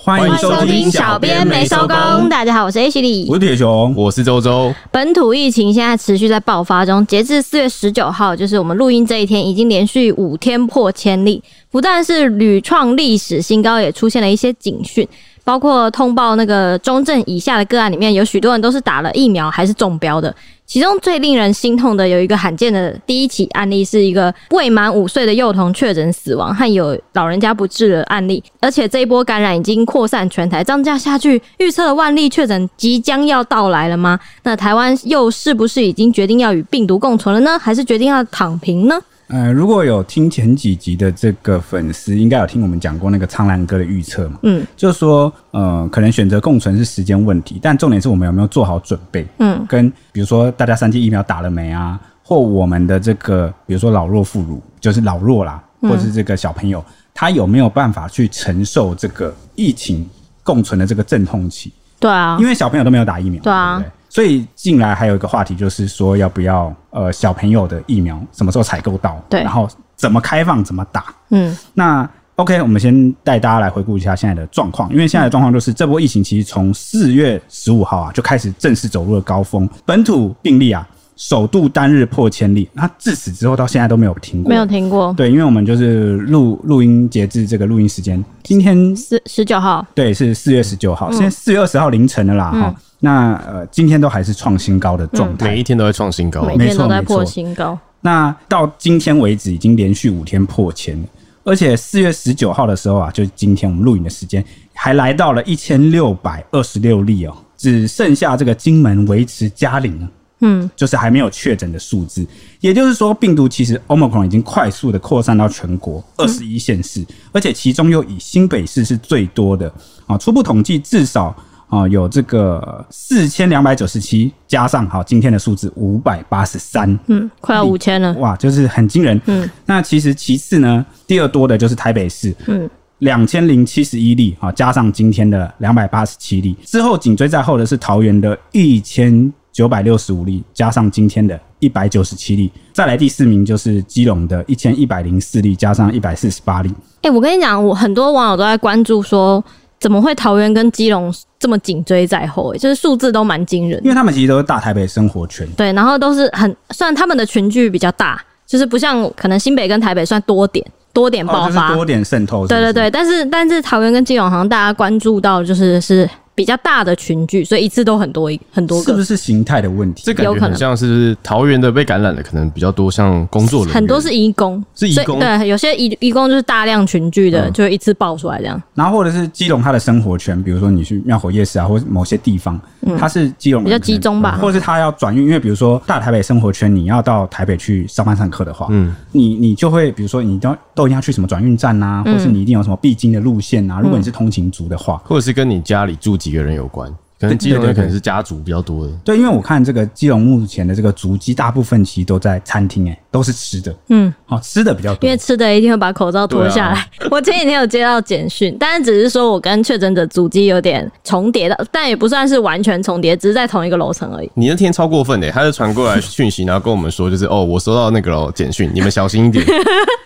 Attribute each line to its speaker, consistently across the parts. Speaker 1: 欢
Speaker 2: 迎收听小编没收工
Speaker 1: 大家好，我是 H 李。
Speaker 2: 我是铁熊，
Speaker 3: 我是周周，
Speaker 1: 本土疫情现在持续在爆发中，截至四月十九号，就是我们录音这一天，已经连续五天破千例，不但是屡创历史新高，也出现了一些警讯，包括通报那个中症以下的个案里面，有许多人都是打了疫苗还是中标的。其中最令人心痛的有一个罕见的第一起案例，是一个未满五岁的幼童确诊死亡，和有老人家不治的案例，而且这一波感染已经扩散全台。这样下去，预测的万例确诊即将要到来了吗？那台湾又是不是已经决定要与病毒共存了呢？还是决定要躺平呢？
Speaker 2: 呃，如果有听前几集的这个粉丝，应该有听我们讲过那个苍兰哥的预测嘛？
Speaker 1: 嗯，
Speaker 2: 就说呃，可能选择共存是时间问题，但重点是我们有没有做好准备？
Speaker 1: 嗯，
Speaker 2: 跟比如说大家三剂疫苗打了没啊，或我们的这个比如说老弱妇孺，就是老弱啦，或是这个小朋友，他有没有办法去承受这个疫情共存的这个阵痛期？
Speaker 1: 对啊
Speaker 2: 因，为小朋友都没有打疫苗，
Speaker 1: 对啊
Speaker 2: 不对所以近来还有一个话题就是说，要不要呃小朋友的疫苗什么时候采购到？
Speaker 1: 对
Speaker 2: 然后怎么开放，怎么打？
Speaker 1: 嗯
Speaker 2: 那 OK，我们先带大家来回顾一下现在的状况，因为现在的状况就是这波疫情其实从四月十五号啊就开始正式走入了高峰，本土病例啊首度单日破千例，那自此之后到现在都没有停过，
Speaker 1: 没有。听过。
Speaker 2: 对，因为我们就是录录音截至这个录音时间，今天
Speaker 1: 十十九号，
Speaker 2: 对，是四月十九号，现在四月二十号凌晨了啦哈、那呃，今天都还是创新高的状态。
Speaker 3: 每一天都在创新高。
Speaker 1: 每天都
Speaker 2: 没错
Speaker 1: 在
Speaker 2: 没错
Speaker 1: 破新高。
Speaker 2: 那到今天为止，已经连续五天破千了，而且四月十九号的时候啊，就是今天我们录影的时间，还来到了一千六百二十六例哦，只剩下这个金门维持加零了。
Speaker 1: 嗯，
Speaker 2: 就是还没有确诊的数字。也就是说，病毒其实 Omicron 已经快速的扩散到全国二十一县市，而且其中又以新北市是最多的啊。初步统计至少啊有这个四千两百九十七，加上好今天的数字五百八十三，
Speaker 1: 嗯，快要五千了。
Speaker 2: 哇，就是很惊人。嗯，那其实其次呢，第二多的就是台北市，
Speaker 1: 嗯，
Speaker 2: 两千零七十一例啊，加上今天的两百八十七例，之后紧追在后的是桃园的一千九百六十五例，加上今天的一百九十七例，再来第四名就是基隆的一千一百零四例，加上一百四十八例。
Speaker 1: 哎、我跟你讲，我很多网友都在关注说，怎么会桃园跟基隆这么紧追在后、欸？就是数字都蛮惊人
Speaker 2: 因。为他们其实都是大台北生活圈，
Speaker 1: 对，然后都是很，虽然他们的群聚比较大，就是不像可能新北跟台北算多点多点
Speaker 2: 哦，
Speaker 1: 爆
Speaker 2: 就是
Speaker 1: 发，
Speaker 2: 多点渗透是不
Speaker 1: 对
Speaker 2: 是
Speaker 1: 对对，但是但是桃园跟基隆好像大家关注到就是是比较大的群聚，所以一次都很多很多
Speaker 2: 是
Speaker 1: 个，
Speaker 2: 不是形态的问题？
Speaker 3: 这感
Speaker 1: 有
Speaker 3: 觉
Speaker 1: 可能
Speaker 3: 很像是桃园的被感染的可能比较多，像工作人员
Speaker 1: 很多是移工，
Speaker 3: 是移
Speaker 1: 所以
Speaker 3: 工
Speaker 1: 对，有些移移工就是大量群聚的，就一次爆出来这样，
Speaker 2: 然后或者是基隆它的生活圈，比如说你去庙口夜市啊，或是某些地方，它是基隆人
Speaker 1: 嗯比较集中吧
Speaker 2: 可能或者是它要转运，因为比如说大台北生活圈，你要到台北去上班上课的话，嗯，你你就会比如说你都都一定要去什么转运站啊，
Speaker 1: 嗯
Speaker 2: 或是你一定有什么必经的路线啊，如果你是通勤族的话。
Speaker 3: 或者是跟你家里住几个人有关，可能基隆
Speaker 2: 对对对
Speaker 3: 人可能是家族比较多的。
Speaker 2: 对，因为我看这个基隆目前的这个足迹，大部分其实都在餐厅，哎，都是吃的，
Speaker 1: 嗯，
Speaker 2: 好、吃的比较
Speaker 1: 因
Speaker 2: 多
Speaker 1: 为。吃的一定会把口罩脱下来。
Speaker 3: 对
Speaker 1: 我前几天有接到简讯，但是只是说我跟确诊者足迹有点重叠的，但也不算是完全重叠，只是在同一个楼层而已。
Speaker 3: 你那天超过分的、欸他就传过来讯息，然后跟我们说，就是哦，我收到那个咯简讯，你们小心一 点。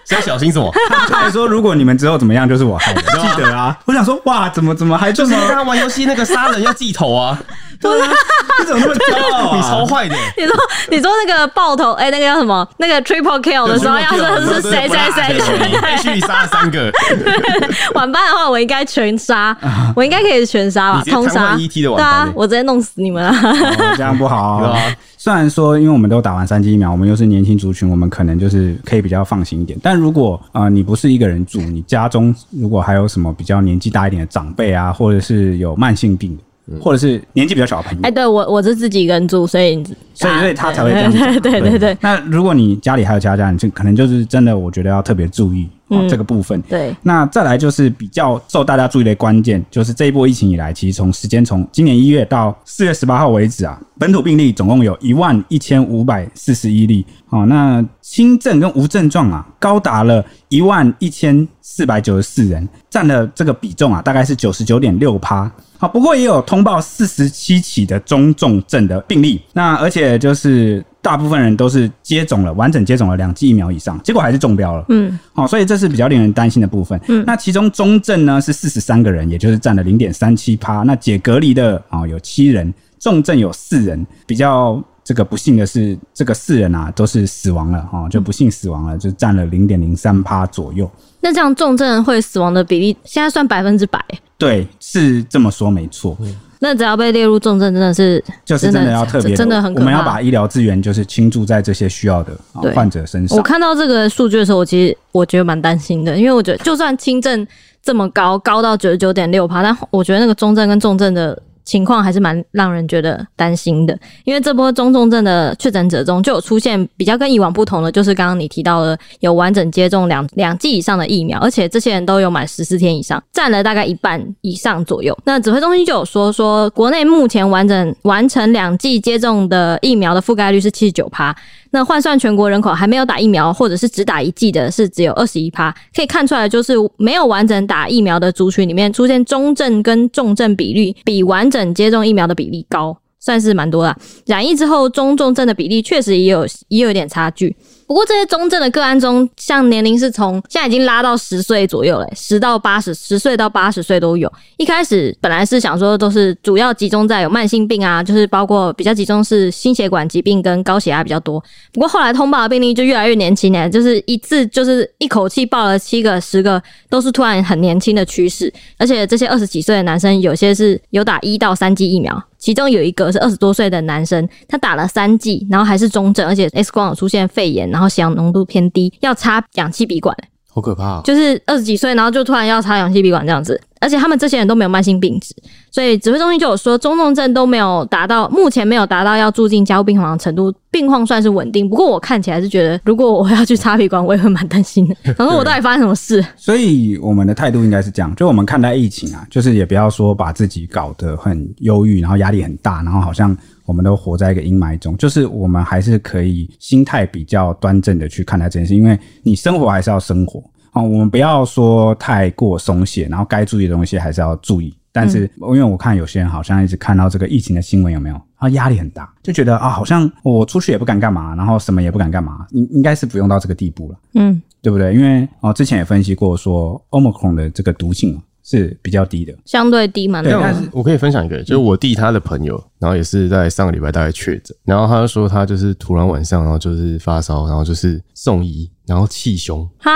Speaker 3: 是要小心什么？
Speaker 2: 他还说，如果你们之后怎么样，就是我 害的，记得啊。我想说，哇，怎么怎么还这 么，
Speaker 3: 啊他玩游戏那个杀人要记头啊！
Speaker 2: 你怎么那么骄傲、啊？
Speaker 3: 你超坏的、欸
Speaker 1: 你说你说那个爆头，哎、那个叫什么？那个 triple kill 的时候，要是是谁谁谁谁
Speaker 3: 必须杀了三个，
Speaker 1: 晚班的话，我应该全 杀，我应该可以全杀吧
Speaker 3: 你，直接
Speaker 1: 通杀。
Speaker 3: 瘫
Speaker 2: E
Speaker 3: 痪 ET 的晚
Speaker 1: 对
Speaker 3: 班
Speaker 1: 啊
Speaker 3: 欸，
Speaker 1: 我直接弄死你们啊！
Speaker 2: 哦这样不好、
Speaker 3: 对啊
Speaker 2: 虽然说，因为我们都打完三剂疫苗，我们又是年轻族群，我们可能就是可以比较放心一点。但如果啊、呃你不是一个人住，你家中如果还有什么比较年纪大一点的长辈啊，或者是有慢性病
Speaker 3: 嗯
Speaker 2: 的，或者是年纪比较小的朋友
Speaker 1: 哎，，对我我是自己一个人住，所以
Speaker 2: 所以所以他才会这样子。啊
Speaker 1: 对对对对
Speaker 2: 那如果你家里还有其他家人，就可能就是真的，我觉得要特别注意、哦
Speaker 1: 嗯
Speaker 2: 这个部分。
Speaker 1: 对，
Speaker 2: 那再来就是比较受大家注意的关键，就是这一波疫情以来，其实从时间从今年一月到四月十八号为止啊，本土病例总共有一万一千五百四十一例。好、那轻症跟无症状啊，高达了一万一千四百九十四人，占了这个比重啊，大概是九十九点六趴。好，不过也有通报四十七起的中重症的病例，那而且就是大部分人都是接种了完整接种了两剂疫苗以上，结果还是中标了。
Speaker 1: 嗯，
Speaker 2: 好、所以这是比较令人担心的部分。嗯，那其中中症呢是四十三个人，也就是占了零点三七趴。那解隔离的啊、哦有七人，重症有四人。比较这个不幸的是，这个四人啊都是死亡了哦，就不幸死亡了，就占了零点零三趴左右。
Speaker 1: 那这样重症会死亡的比例现在算百分之百，
Speaker 2: 对，是这么说没错，
Speaker 1: 那只要被列入重症，真的是
Speaker 2: 就是真的要特别
Speaker 1: 真的很可
Speaker 2: 我
Speaker 1: 怕。
Speaker 2: 们要把医疗资源就是倾注在这些需要的、啊
Speaker 1: 对
Speaker 2: 患者身上
Speaker 1: 我。看到这个数据的时候，我其实我觉得蛮担心的，因为我觉得就算轻症这么高，高到九十九点六趴，但我觉得那个中症跟重症的情况还是蛮让人觉得担心的。因为这波中重症的确诊者中，就有出现比较跟以往不同的，就是刚刚你提到的有完整接种两两剂以上的疫苗，而且这些人都有满十四天以上，占了大概一半以上左右。那指挥中心就有说说，国内目前完整完成两剂接种的疫苗的覆盖率是七十九趴，那换算全国人口还没有打疫苗，或者是只打一剂的，是只有二十一趴。可以看出来，就是没有完整打疫苗的族群里面，出现中症跟重症比率比完整接种疫苗的比例高，算是蛮多啦。染疫之后中重症的比例确实也有也有一点差距。不过这些中症的个案中，像年龄是从现在已经拉到十岁左右了，欸十到八十，十岁到八十岁都有。一开始本来是想说都是主要集中在有慢性病啊，就是包括比较集中是心血管疾病跟高血压比较多。不过后来通报的病例就越来越年轻呢，就是一次就是一口气报了七个、十个，都是突然很年轻的趋势。而且这些二十几岁的男生，有些是有打一到三剂疫苗，其中有一个是二十多岁的男生，他打了三剂，然后还是中症，而且 X 光有出现肺炎，然后血氧浓度偏低，要插氧气鼻管。
Speaker 3: 好可怕、哦。
Speaker 1: 就是二十几岁，然后就突然要插氧气鼻管这样子。而且他们这些人都没有慢性病史，所以指挥中心就有说，中重症都没有达到，目前没有达到要住进加护病房的程度，病况算是稳定。不过我看起来是觉得，如果我要去插鼻管，我也会蛮担心的，想说我到底发生什么事？
Speaker 2: 所以我们的态度应该是这样，就我们看待疫情啊，就是也不要说把自己搞得很忧郁，然后压力很大，然后好像我们都活在一个阴霾中。就是我们还是可以心态比较端正的去看待这件事，因为你生活还是要生活啊、哦我们不要说太过松懈，然后该注意的东西还是要注意。但是，因为我看有些人好像一直看到这个疫情的新闻，有没有？他压力很大，就觉得啊，好像我出去也不敢干嘛，然后什么也不敢干嘛，应应该是不用到这个地步了。
Speaker 1: 嗯，
Speaker 2: 对不对？因为哦，之前也分析过说，omicron 的这个毒性啊是比较低的。
Speaker 1: 相对低蛮多
Speaker 2: 对
Speaker 1: 的。
Speaker 2: 但
Speaker 3: 但我可以分享一个，就是我弟他的朋友，然后也是在上个礼拜大概确诊，然后他就说他就是突然晚上，然后就是发烧，然后就是送医，然后气胸，
Speaker 1: 啊，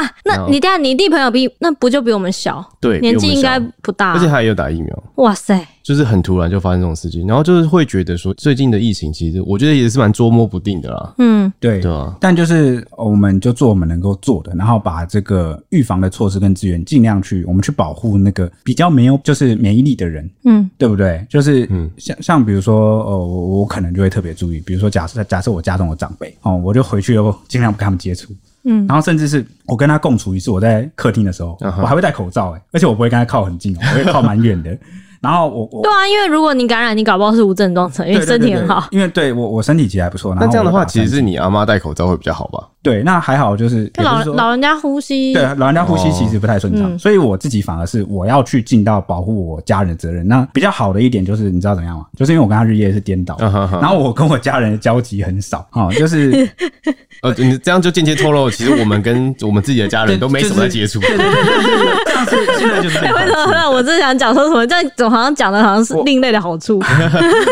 Speaker 1: 那
Speaker 3: 后
Speaker 1: 你等下你弟朋友比那不就比我们小？
Speaker 3: 对
Speaker 1: 年纪
Speaker 3: 比我们
Speaker 1: 应
Speaker 3: 小
Speaker 1: 该不大、啊
Speaker 3: 而且他也有打疫苗，
Speaker 1: 哇塞，
Speaker 3: 就是很突然就发生这种事情，然后就是会觉得说最近的疫情其实我觉得也是蛮捉摸不定的啦，
Speaker 1: 嗯，
Speaker 2: 对
Speaker 3: 对啊，
Speaker 2: 但就是呃我们就做我们能够做的，然后把这个预防的措施跟资源尽量去，我们去保护那个比较没有就是免疫力的人，
Speaker 1: 嗯，
Speaker 2: 对不对？就是
Speaker 3: 嗯
Speaker 2: 像像比如说呃，我我可能就会特别注意，比如说假设假设我家中有长辈哦，我就回去又尽量不跟他们接触。
Speaker 1: 嗯
Speaker 2: 然后甚至是我跟他共处一室，我在客厅的时候，
Speaker 3: 嗯哼
Speaker 2: 我还会戴口罩、欸，而且我不会跟他靠很近哦，我会靠蛮远的。然后我我
Speaker 1: 对啊，因为如果你感染，你搞不好是无症状者，因为
Speaker 2: 对
Speaker 1: 你
Speaker 2: 对
Speaker 1: 哎身
Speaker 2: 对
Speaker 1: 体很
Speaker 2: 对
Speaker 1: 好。
Speaker 2: 因为对我我身体其实还不错。然后
Speaker 3: 但这样的
Speaker 2: 我
Speaker 3: 话，
Speaker 2: 打
Speaker 3: 其实
Speaker 2: 三
Speaker 3: 是你阿妈戴口罩会比较好吧？
Speaker 2: 对，那还好，就是也不
Speaker 1: 就老
Speaker 2: 是说
Speaker 1: 老人家呼吸，
Speaker 2: 对啊 老人家呼吸其实不太顺畅，
Speaker 1: 哦嗯
Speaker 2: 所以我自己反而是我要去尽到保护我家人的责任。那比较好的一点就是你知道怎样吗？就是因为我跟他日夜是颠倒。
Speaker 3: 啊哈
Speaker 2: 然
Speaker 3: 哈，
Speaker 2: 后我跟我家人的交集很 少啊、哦，就是对
Speaker 3: 呃，你这样就间接透露，其实我们跟我们自己的家人都没什么在接触，
Speaker 2: 这样是现在啊就是这
Speaker 1: 为什
Speaker 2: 样。
Speaker 1: 么？我之前想讲说什么，这样总好像讲的好像是
Speaker 2: 我
Speaker 1: 另类的好 处。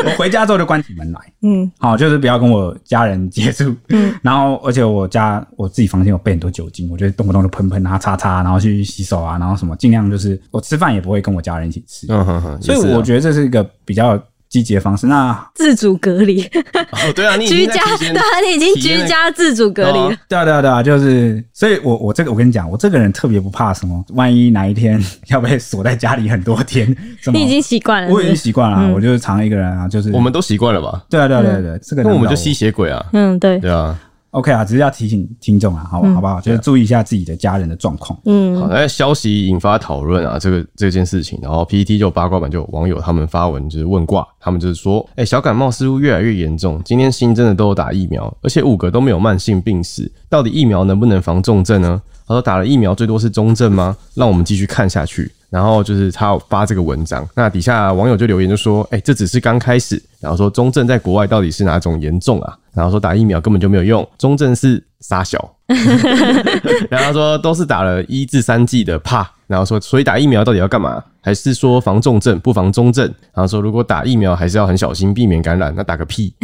Speaker 2: 我回家之后就关起门来，
Speaker 1: 嗯，
Speaker 2: 好、就是不要跟我家人接触。
Speaker 1: 嗯
Speaker 2: 然后而且我家我自己房间有备很多酒精，我觉得动不动就喷喷啊、擦擦，然后去洗手啊，然后什么，尽量就是我吃饭也不会跟我家人一起吃，
Speaker 3: 嗯哼哼，
Speaker 2: 所以我觉得这是一个比较积极的方式。那
Speaker 1: 自主隔离，
Speaker 3: 得哦，对啊，你已
Speaker 1: 居
Speaker 3: 经在
Speaker 1: 家，
Speaker 3: 提前
Speaker 1: 对啊，你已经居家自主隔离
Speaker 3: 体验
Speaker 1: 了
Speaker 3: 了。
Speaker 2: 对啊，对啊，对啊，就是，所以我我这个我跟你讲，我这个人特别不怕什么，万一哪一天要被锁在家里很多天，什么
Speaker 1: 你已经习惯了是不
Speaker 2: 我
Speaker 1: 是，
Speaker 2: 已经习惯了啊、
Speaker 1: 嗯
Speaker 2: 我就是常一个人啊，就是
Speaker 3: 我们都习惯了吧？
Speaker 2: 对啊，对啊，对啊对啊，这个
Speaker 3: 那我
Speaker 2: 难
Speaker 3: 们
Speaker 2: 不倒
Speaker 3: 就吸血鬼啊，
Speaker 1: 嗯，对，
Speaker 3: 对啊。
Speaker 2: OK 啊，只是要提醒听众啊，好吧，
Speaker 1: 嗯
Speaker 2: 好不好？就是注意一下自己的家人的状况。
Speaker 1: 嗯
Speaker 3: 好，那消息引发讨论啊，这个这件事情，然后 PPT 就有八卦版就有网友他们发文就是问卦，他们就是说，哎、小感冒似乎越来越严重，今天新增的都有打疫苗，而且五个都没有慢性病史，到底疫苗能不能防重症呢？他说打了疫苗最多是中症吗？让我们继续看下去。然后就是他有发这个文章，那底下网友就留言就说：“哎、这只是刚开始。”然后说中症在国外到底是哪种严重啊？然后说打疫苗根本就没有用，中正是傻小， 然后说都是打了一至三剂的，怕，然后说所以打疫苗到底要干嘛？还是说防重症不防中症？然后说如果打疫苗还是要很小心避免感染，那打个 屁！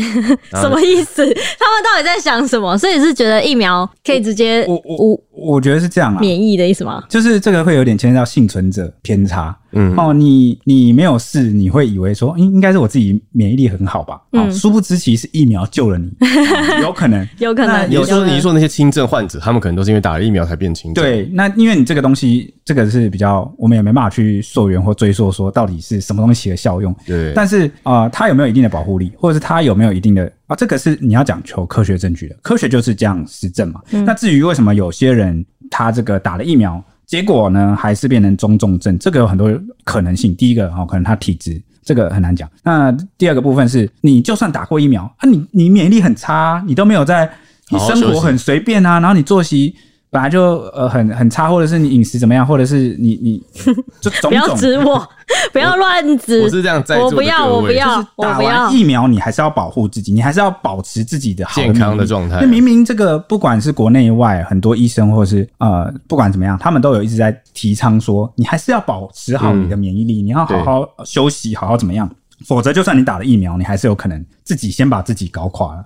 Speaker 3: 然
Speaker 1: 什
Speaker 3: 后
Speaker 1: 么意思？他们到底在想什么？所以是觉得疫苗可以直接
Speaker 2: 我
Speaker 1: 无
Speaker 2: 我我觉得是这样啊，
Speaker 1: 免疫的意思吗？
Speaker 2: 就是这个会有点牵涉到幸存者偏差。
Speaker 3: 嗯
Speaker 2: 哦，你你没有事，你会以为说嗯应应该是我自己免疫力很好吧？哦，
Speaker 1: 嗯
Speaker 2: 殊不知其实疫苗救了你，哦有可能。
Speaker 1: 有可
Speaker 2: 那
Speaker 1: 能，
Speaker 3: 你
Speaker 1: 有
Speaker 3: 是
Speaker 1: 可
Speaker 3: 说你是
Speaker 1: 能。
Speaker 3: 说那些轻症患者，他们可能都是因为打了疫苗才变轻症？，
Speaker 2: 对，那因为你这个东西，这个是比较我们也没办法去溯源或追溯说到底是什么东西起的效用。
Speaker 3: 对
Speaker 2: 但是啊、呃它有没有一定的保护力，或者是它有没有一定的啊？这个是你要讲求科学证据的，科学就是这样实证嘛。
Speaker 1: 嗯
Speaker 2: 那至于为什么有些人他这个打了疫苗，结果呢还是变成中重症，这个有很多可能性。第一个哦，可能他体质。这个很难讲。那第二个部分是你就算打过疫苗啊，你你免疫力很差啊，你都没有在，你
Speaker 3: 好好
Speaker 2: 生
Speaker 3: 休
Speaker 2: 活
Speaker 3: 息
Speaker 2: 很随便啊，然后你作息本来就呃很很差，或者是你饮食怎么样，或者是你你 就种
Speaker 1: 不要
Speaker 2: 种
Speaker 1: 指 我，不要乱指。
Speaker 3: 我是这样在座
Speaker 1: 我
Speaker 3: 的
Speaker 1: 不要，
Speaker 3: 各
Speaker 1: 我不
Speaker 3: 位
Speaker 2: 就
Speaker 1: 要
Speaker 2: 是，
Speaker 1: 我
Speaker 2: 打
Speaker 1: 不要
Speaker 2: 完。疫苗，你还是要保护自己，你还是要保持自己的好
Speaker 3: 健康的
Speaker 2: 状
Speaker 3: 状态
Speaker 2: 那。明明这个不管是国内外，很多医生或是呃不管怎么样，他们都有一直在提倡说，你还是要保持好你的免疫力，你要好好休息，好好怎么样。否则，就算你打了疫苗，你还是有可能自己先把自己搞垮 了。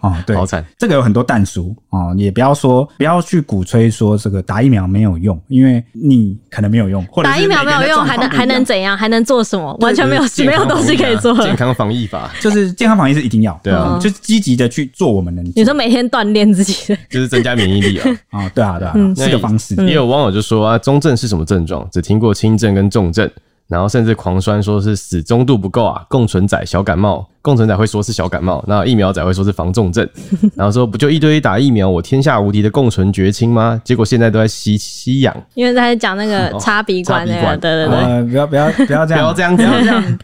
Speaker 2: 哦，对，
Speaker 3: 好惨，
Speaker 2: 这个有很多淡书哦，也不要说不要去鼓吹说这个打疫苗没有用，因为你可能没有用，或者是
Speaker 1: 打疫苗没有
Speaker 2: 每个人的
Speaker 1: 用，还
Speaker 2: 状
Speaker 1: 能
Speaker 2: 况
Speaker 1: 还
Speaker 2: 不一样
Speaker 1: 能怎样？还能做什么？完全没有
Speaker 3: 啊就是
Speaker 1: 没有东西可以做
Speaker 3: 健
Speaker 1: 了。
Speaker 3: 康啊防疫法，
Speaker 2: 就是健康防疫是一定要，
Speaker 3: 对啊
Speaker 2: 嗯就是积极的去做我们能
Speaker 1: 你说每天锻炼自己的，
Speaker 3: 就是增加免疫力啊。
Speaker 2: 啊，对啊，对啊，
Speaker 1: 嗯
Speaker 2: 是个方式。
Speaker 3: 也有网友就说啊，中症是什么症状？只听过轻症跟重症，然后甚至狂酸说是死中度不够啊，共存仔小感冒， 共存仔会说是小感冒，那疫苗仔会说是防重症，然后说不就一堆打疫苗，我天下无敌的共存绝亲吗？结果现在都在吸吸氧，
Speaker 1: 因为他在讲那个
Speaker 3: 哦
Speaker 1: 插鼻管那
Speaker 3: 插鼻
Speaker 1: 个，
Speaker 3: 管哦
Speaker 1: 对对对。
Speaker 2: 呃，不要不要不要这
Speaker 3: 不
Speaker 2: 样，
Speaker 3: 要这样子。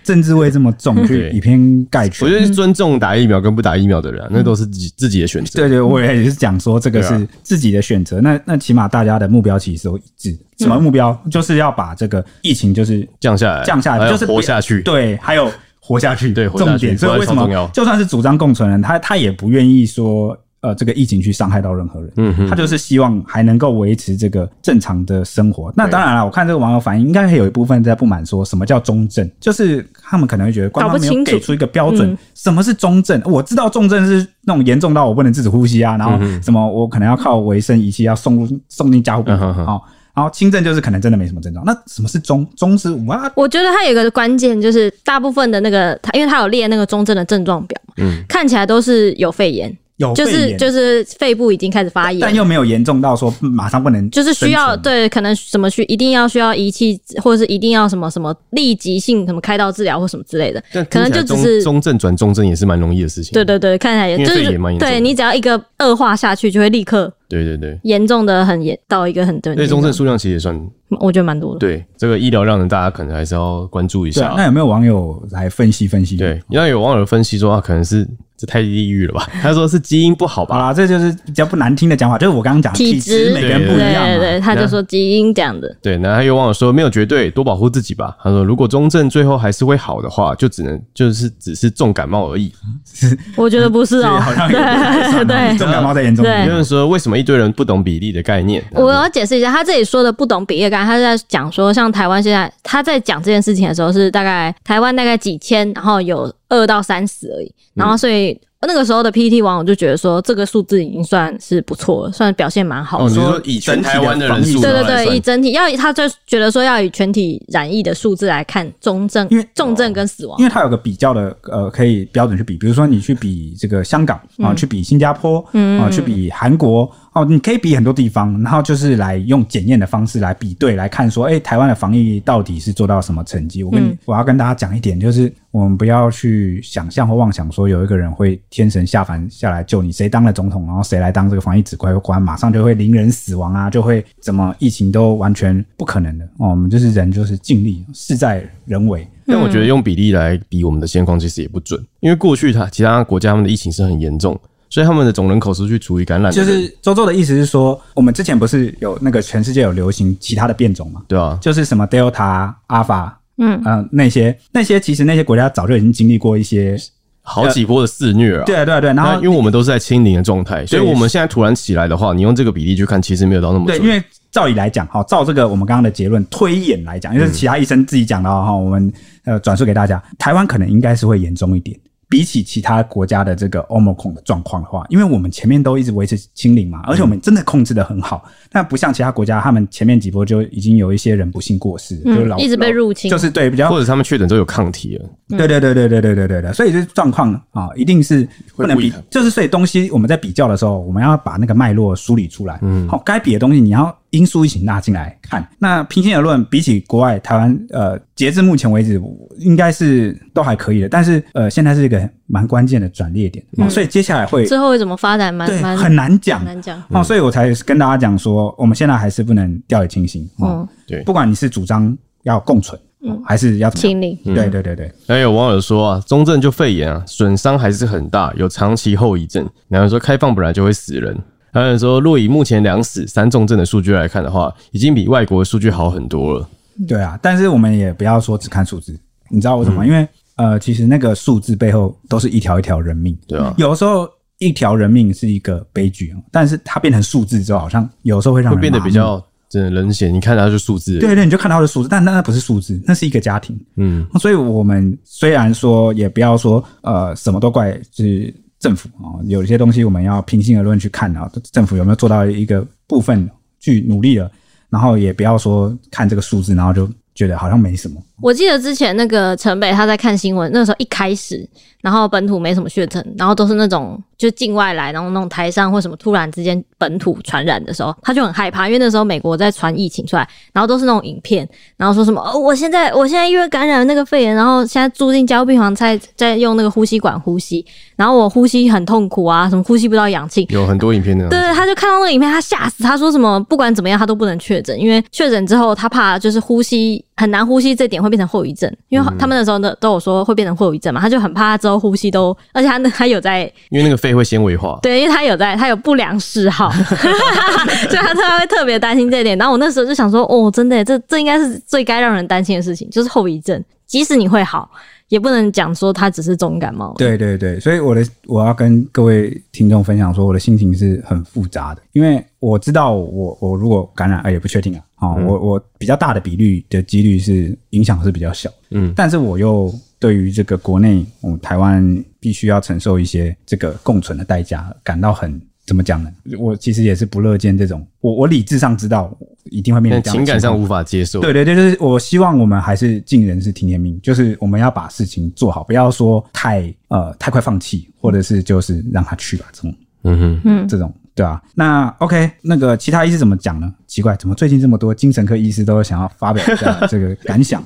Speaker 2: 政治味这么重，去
Speaker 3: 对
Speaker 2: 以偏概
Speaker 3: 我
Speaker 2: 全。
Speaker 3: 觉得尊重打疫苗跟不打疫苗的人啊、那都是自己自己的选择。
Speaker 2: 对对，我也是讲说这个
Speaker 3: 对
Speaker 2: 是
Speaker 3: 啊
Speaker 2: 自己的选择，那那起码大家的目标其实都一致。什
Speaker 1: 嗯
Speaker 2: 么目标？就是要把这个疫情就是
Speaker 3: 降下来，
Speaker 2: 降下
Speaker 3: 还
Speaker 2: 来，
Speaker 3: 有
Speaker 2: 就是不
Speaker 3: 活下去。
Speaker 2: 对，还有活下去，
Speaker 3: 对活下
Speaker 2: 重
Speaker 3: 去
Speaker 2: 点。所以为什
Speaker 3: 活下去超重要
Speaker 2: 么就算是主张共存人，他他也不愿意说呃这个疫情去伤害到任何人，
Speaker 3: 嗯哼
Speaker 2: 他就是希望还能够维持这个正常的生活。那
Speaker 3: 对
Speaker 2: 当然了，我看这个网友反应，应该还有一部分在不满，说什么叫中症，就是他们可能会觉得官
Speaker 1: 搞
Speaker 2: 方
Speaker 1: 不
Speaker 2: 没有
Speaker 1: 清楚
Speaker 2: 给出一个标准，
Speaker 1: 嗯
Speaker 2: 什么是中症？我知道重症是那种严重到我不能自主呼吸啊，然
Speaker 3: 嗯
Speaker 2: 后什么我可能要靠维生仪器要送入送进加护病
Speaker 3: 嗯
Speaker 2: 房
Speaker 3: 哼哼
Speaker 2: 啊。哦然后轻症就是可能真的没什么症状，那什么是中？中是 what？
Speaker 1: 我觉得它有一个关键，就是大部分的那个，它因为它有列那个中症的症状表嘛，
Speaker 3: 嗯哦
Speaker 1: 看起来都是有肺炎，
Speaker 2: 有
Speaker 1: 就
Speaker 2: 肺
Speaker 1: 是
Speaker 2: 炎
Speaker 1: 就是肺部已经开始发炎
Speaker 2: 但
Speaker 1: 了，
Speaker 2: 又没有严重到说嗯马上不能生存，
Speaker 1: 就是需要对可能什么需一定要需要仪器，或者是一定要什么什么立即性什么开刀治疗或什么之类的，
Speaker 3: 但
Speaker 1: 可能就只是
Speaker 3: 中中症转重症也是蛮容易的事情。
Speaker 1: 对对对，看起来也
Speaker 3: 因为
Speaker 1: 就
Speaker 3: 肺
Speaker 1: 是
Speaker 3: 炎蛮严重的
Speaker 1: 对你只要一个恶化下去，就会立刻
Speaker 3: 对对对，
Speaker 1: 严重的很严到一个很对
Speaker 3: 所以中症数量其实也算
Speaker 1: 我觉得蛮多的。
Speaker 3: 对，这个医疗让人大家可能还是要关注一
Speaker 2: 对啊。
Speaker 3: 下。
Speaker 2: 那有没有网友来分析分析？
Speaker 1: 嗯
Speaker 3: 对，，因为有网友分析说啊，可能是这太地狱了吧？ 他说是基因不好
Speaker 2: 好
Speaker 3: 吧？
Speaker 2: 啦，这就是比较不难听的讲法，就是我刚刚讲的
Speaker 1: 体
Speaker 2: 体
Speaker 1: 质
Speaker 2: 质每个人不一样
Speaker 1: 对
Speaker 2: 嘛。
Speaker 1: 对，他就说基因这样的，
Speaker 3: 对，然后还有网友说没有绝对，多保护自己吧。他说如果中症最后还是会好的话，就只能就是只是重感冒而已。
Speaker 1: 我觉得 不是
Speaker 2: 这
Speaker 1: 哦
Speaker 2: 好，像有点算了
Speaker 1: 对
Speaker 2: 重感冒在严重一
Speaker 1: 对
Speaker 3: 有
Speaker 2: 点。
Speaker 3: 人说为什么一堆人不懂比例的概念？
Speaker 1: 嗯我要解释一下，他这里说的不懂比例感，他是在讲说，像台湾现在他在讲这件事情的时候，是大概台湾大概几千，然后有二到三十而已，
Speaker 3: 嗯
Speaker 1: 然后所以。那个时候的 PPT 网友就觉得说，这个数字已经算是不错了，算表现蛮好的。
Speaker 3: 哦，你说以全台湾的人数
Speaker 1: 对
Speaker 3: 来
Speaker 1: 对对，
Speaker 3: 算
Speaker 1: 以整体要以他就觉得说要以全体染疫的数字来看重症、
Speaker 2: 因为
Speaker 1: 重症跟死亡
Speaker 2: 因。为它有个比较的呃，可以标准去比，比如说你去比这个香港啊，去比新加坡啊，去比韩国哦，你可以比很多地方，然后就是来用检验的方式来比对，来看说，哎，台湾的防疫到底是做到什么成绩？我跟你
Speaker 1: 嗯
Speaker 2: 我要跟大家讲一点，就是我们不要去想象或妄想说有一个人会天神下凡下来救你，谁当了总统，然后谁来当这个防疫指挥官，马上就会零人死亡啊，就会怎么疫情都完全不可能的哦。我们就是人，就是尽力，事在人为。
Speaker 3: 但
Speaker 1: 嗯
Speaker 3: 我觉得用比例来比我们的现况其实也不准，因为过去它其他国家他们的疫情是很严重，所以他们的总人口是去除以感染的
Speaker 2: 就
Speaker 3: 人，
Speaker 2: 是周周的意思是说，我们之前不是有那个全世界有流行其他的变种嘛，
Speaker 3: 对啊，
Speaker 2: 就是什么呃 Delta、Alpha，
Speaker 1: 嗯
Speaker 2: 嗯、那些那些其实那些国家早就已经经历过一些
Speaker 3: 好几波的肆虐啊。
Speaker 2: 对啊对啊对啊，然
Speaker 3: 那
Speaker 2: 后
Speaker 3: 因为我们都是在清零的状态，所以我们现在突然起来的话，你用这个比例去看，其实没有到那么
Speaker 2: 对，
Speaker 3: 准。
Speaker 2: 因为照理来讲，哈，照这个我们刚刚的结论推演来讲，因
Speaker 1: 嗯
Speaker 2: 为其他医生自己讲的哈，我们呃转述给大家，台湾可能应该是会严重一点。比起其他国家的这个 Omicron 的状况的话，因为我们前面都一直维持清零
Speaker 1: 嗯
Speaker 2: 嘛，而且我们真的控制的很好，那不像其他国家，他们前面几波就已经有一些人不幸过世，就是
Speaker 1: 嗯
Speaker 2: 老，
Speaker 1: 一直被
Speaker 2: 老
Speaker 1: 入侵，
Speaker 2: 就是对比较
Speaker 3: 或者他们确诊都有抗体了，
Speaker 1: 嗯
Speaker 2: 对对对对对对对对对，所以这状况啊，一定是不能比
Speaker 3: 会不一样，
Speaker 2: 就是所以东西我们在比较的时候，我们要把那个脉络梳理出来。
Speaker 3: 嗯
Speaker 2: 好，该比的东西你要因素一起纳进来看。那平心而论，比起国外台湾，呃，截至目前为止，应该是都还可以的。但是呃，现在是一个蛮关键的转捩点，
Speaker 3: 嗯
Speaker 2: 哦所以接下来会
Speaker 1: 之后会怎么发展，蛮
Speaker 2: 对
Speaker 1: 蛮
Speaker 2: 很难讲
Speaker 1: 很。难讲。
Speaker 3: 嗯
Speaker 2: 哦，所以我才跟大家讲说，我们现在还是不能掉以轻心。哦，
Speaker 1: 嗯，
Speaker 3: 对
Speaker 2: 不管你是主张要共存，哦还是要怎么样
Speaker 1: 清零，
Speaker 2: 对对对对，
Speaker 3: 那有网友说啊，中症就肺炎啊，损伤还是很大，有长期后遗症。然后说开放本来就会死人。还有人说，若以目前两死三重症的数据来看的话，已经比外国的数据好很多了。
Speaker 2: 对啊，但是我们也不要说只看数字，你知道为什么？
Speaker 3: 嗯
Speaker 2: 因为呃，其实那个数字背后都是一条一条人命，
Speaker 3: 对啊，
Speaker 2: 有的时候一条人命是一个悲剧，哦但是它变成数字之后，好像有时候会让
Speaker 3: 会
Speaker 2: 人
Speaker 3: 变得
Speaker 2: 麻
Speaker 3: 比
Speaker 2: 木
Speaker 3: 较真的冷血，你看它就数字而已。
Speaker 2: 对对，你就看到的数字，但但那不是数字，那是一个家庭。
Speaker 3: 嗯，
Speaker 2: 所以我们虽然说也不要说呃什么都怪就是政府啊、哦，有一些东西我们要平心而论去看啊，政府有没有做到一个部分去努力了，然后也不要说看这个数字，然后就觉得好像没什么。
Speaker 1: 我记得之前那个城北他在看新闻，那时候一开始，然后本土没什么血症，然后都是那种就境外来，然后那种台上或什么突然之间本土传染的时候，他就很害怕，因为那时候美国在传疫情出来，然后都是那种影片，然后说什么哦，我现在我现在因为感染那个肺炎，然后现在住进加护病房，在在用那个呼吸管呼吸，然后我呼吸很痛苦啊，什么呼吸不到氧气，
Speaker 3: 有很多影片
Speaker 2: 嗯
Speaker 3: 那样
Speaker 1: 对，他就看到那个影片，他吓死，他说什么不管怎么样他都不能确诊，因为确诊之后他怕就是呼吸很难呼吸，这点会变成后遗症，因
Speaker 2: 嗯
Speaker 1: 为他们那时候呢都有说会变成后遗症嘛，他就很怕他之后呼吸都，而且他那他有在
Speaker 3: 因为那个肺会纤维化。
Speaker 1: 对，因为他有在，他有不良 嗜好， 所以他他会特别担心这一点。然后我那时候就想说，哦，真的耶，这这应该是最该让人担心的事情，就是后遗症，即使你会好，也不能讲说他只是重感冒。
Speaker 2: 对对对，所以我的我要跟各位听众分享说，我的心情是很复杂的，因为我知道我我如果感染，哎、也不确定啊，啊、
Speaker 3: 嗯
Speaker 2: 我我比较大的比率的几率是影响是比较小，
Speaker 3: 嗯，
Speaker 2: 但是我又对于这个国内我们台湾必须要承受一些这个共存的代价，感到很怎么讲呢？我其实也是不乐见这种，我我理智上知道一定会面临
Speaker 3: 但
Speaker 2: 这样
Speaker 3: 情
Speaker 2: 的
Speaker 3: 感
Speaker 2: 情况
Speaker 3: 上无法接受。
Speaker 2: 对对对，就是我希望我们还是尽人事听天命，就是我们要把事情做好，不要说太呃太快放弃，或者是就是让他去吧，这种
Speaker 3: 嗯哼。
Speaker 1: 嗯，
Speaker 2: 这种对吧、那 OK，那个其他医师怎么讲呢？奇怪，怎么最近这么多精神科医师都想要发表一下这个感想？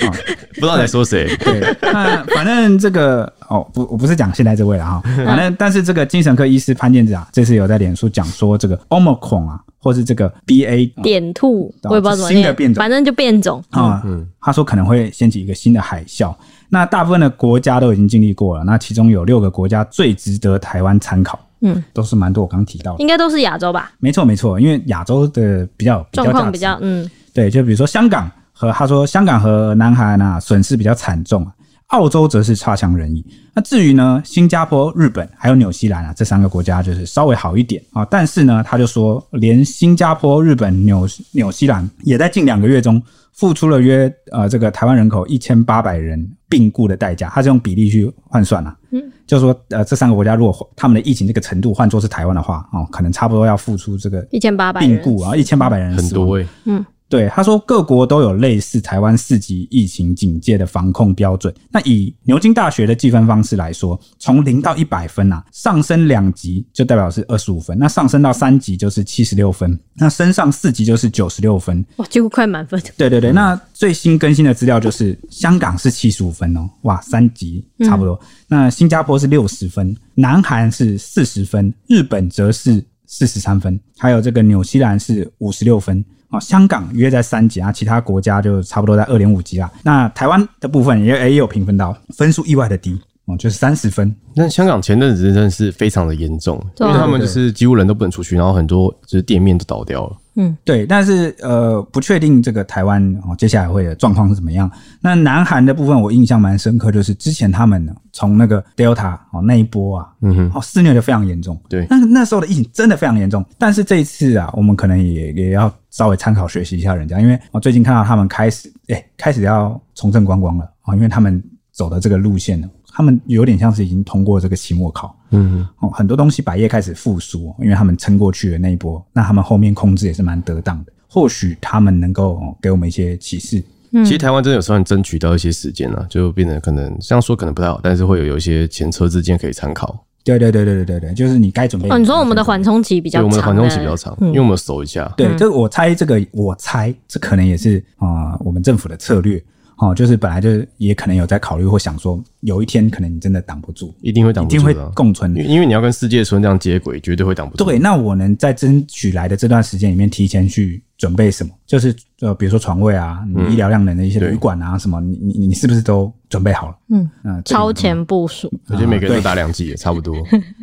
Speaker 2: 啊、
Speaker 3: 不知道你在 说谁。
Speaker 2: 对，那反正这个哦，不，我不是讲现在这位了哈，反正但是这个精神科医师潘建志啊，这次有在脸书讲说这个 Omicron 啊，或是这个 BA 啊
Speaker 1: 点吐，我也不知道怎么
Speaker 2: 新的
Speaker 1: 念
Speaker 2: 变种
Speaker 1: 反正就变种。
Speaker 2: 啊、
Speaker 1: 嗯
Speaker 2: 他说可能会掀起一个新的海啸。那大部分的国家都已经经历过了，那其中有六个国家最值得台湾参考，
Speaker 1: 嗯，
Speaker 2: 都是蛮多我刚提到的。
Speaker 1: 应该都是亚洲吧，
Speaker 2: 没错没错，因为亚洲的比较比较
Speaker 1: 状况
Speaker 2: 价
Speaker 1: 比
Speaker 2: 值
Speaker 1: 较嗯，
Speaker 2: 对，就比如说香港和他说香港和南韩啊损失比较惨重啊，澳洲则是差强人意。那至于呢，新加坡、日本还有纽西兰啊这三个国家就是稍微好一点啊，但是呢，他就说连新加坡、日本、纽纽西兰也在近两个月中付出了约呃这个台湾人口一千八百人病故的代价，他是用比例去换算啊。
Speaker 1: 嗯
Speaker 2: 就是说，呃，这三个国家如果他们的疫情这个程度换作是台湾的话，哦，可能差不多要付出这个
Speaker 1: 一千八百
Speaker 2: 病
Speaker 1: 人。
Speaker 2: 故啊，一千八百人
Speaker 3: 很
Speaker 2: 死亡
Speaker 3: 多哎、欸，
Speaker 2: 对，他说各国都有类似台湾四级疫情警戒的防控标准。那以牛津大学的计分方式来说，从零到一百分啊，上升两级就代表是二十五分，那上升到三级就是七十六分，那升上四级就是九十六分。
Speaker 1: 哇，几乎快满分。
Speaker 2: 对对对，那最新更新的资料就是香港是七十五分哦，哇，三级差不多。那新加坡是六十分，南韩是四十分，日本则是四十三分，还有这个纽西兰是五十六分。哦，香港约在三级啊，其他国家就差不多在二点五级啦。那台湾的部分也也有评分到，分数意外的低哦，就是三十分。
Speaker 3: 但香港前阵子真的是非常的严重，
Speaker 1: 对啊
Speaker 3: 因为他们就是几乎人都不能出去，然后很多就是店面都倒掉了。
Speaker 1: 嗯，
Speaker 2: 对，但是呃，不确定这个台湾哦接下来会的状况是怎么样。那南韩的部分，我印象蛮深刻，就是之前他们呢从那个 Delta 哦那一波啊，
Speaker 3: 嗯哼，
Speaker 2: 哦肆虐的非常严重，
Speaker 3: 对
Speaker 2: 那那时候的疫情真的非常严重。但是这一次啊，我们可能也也要稍微参考学习一下人家，因为哦我最近看到他们开始哎、开始要重振观光了啊、哦，因为他们走的这个路线呢，他们有点像是已经通过这个期末考，
Speaker 3: 嗯哼，
Speaker 2: 哦，很多东西百业开始复苏，因为他们撑过去的那一波，那他们后面控制也是蛮得当的。或许他们能够哦给我们一些启示。
Speaker 1: 嗯
Speaker 3: 其实台湾真的有算争取到一些时间了，就变得可能这样说可能不太好，但是会有有一些前车之鉴可以参考。
Speaker 2: 对对对对对对对，就是你该准
Speaker 3: 哎
Speaker 2: 备。
Speaker 1: 哦，你说我们的嗯缓冲期比较
Speaker 3: 对，我
Speaker 1: 长，嗯
Speaker 3: 们的缓冲期比较长，因为我们有熟一下。
Speaker 2: 对，这个我猜这个，我猜这可能也是啊、呃我们政府的策略哦，就是本来就是也可能有在考虑或想说，有一天可能你真的挡不住，
Speaker 3: 一定会挡
Speaker 2: 一
Speaker 3: 不住
Speaker 2: 定
Speaker 3: 的啊，
Speaker 2: 会共存
Speaker 3: 因为因为你要跟世界村这样接轨，绝对会挡不住。
Speaker 2: 对，那我能在争取来的这段时间里面，提前去准备什么？就是呃，比如说床位啊，你医疗量能的一些
Speaker 3: 对
Speaker 2: 旅馆啊，什么，你你你是不是都准备好了？
Speaker 1: 嗯
Speaker 2: 嗯，这个
Speaker 1: 超前部署。
Speaker 3: 我觉得每
Speaker 2: 啊
Speaker 3: 个人都
Speaker 2: 对
Speaker 3: 打两剂也差不多。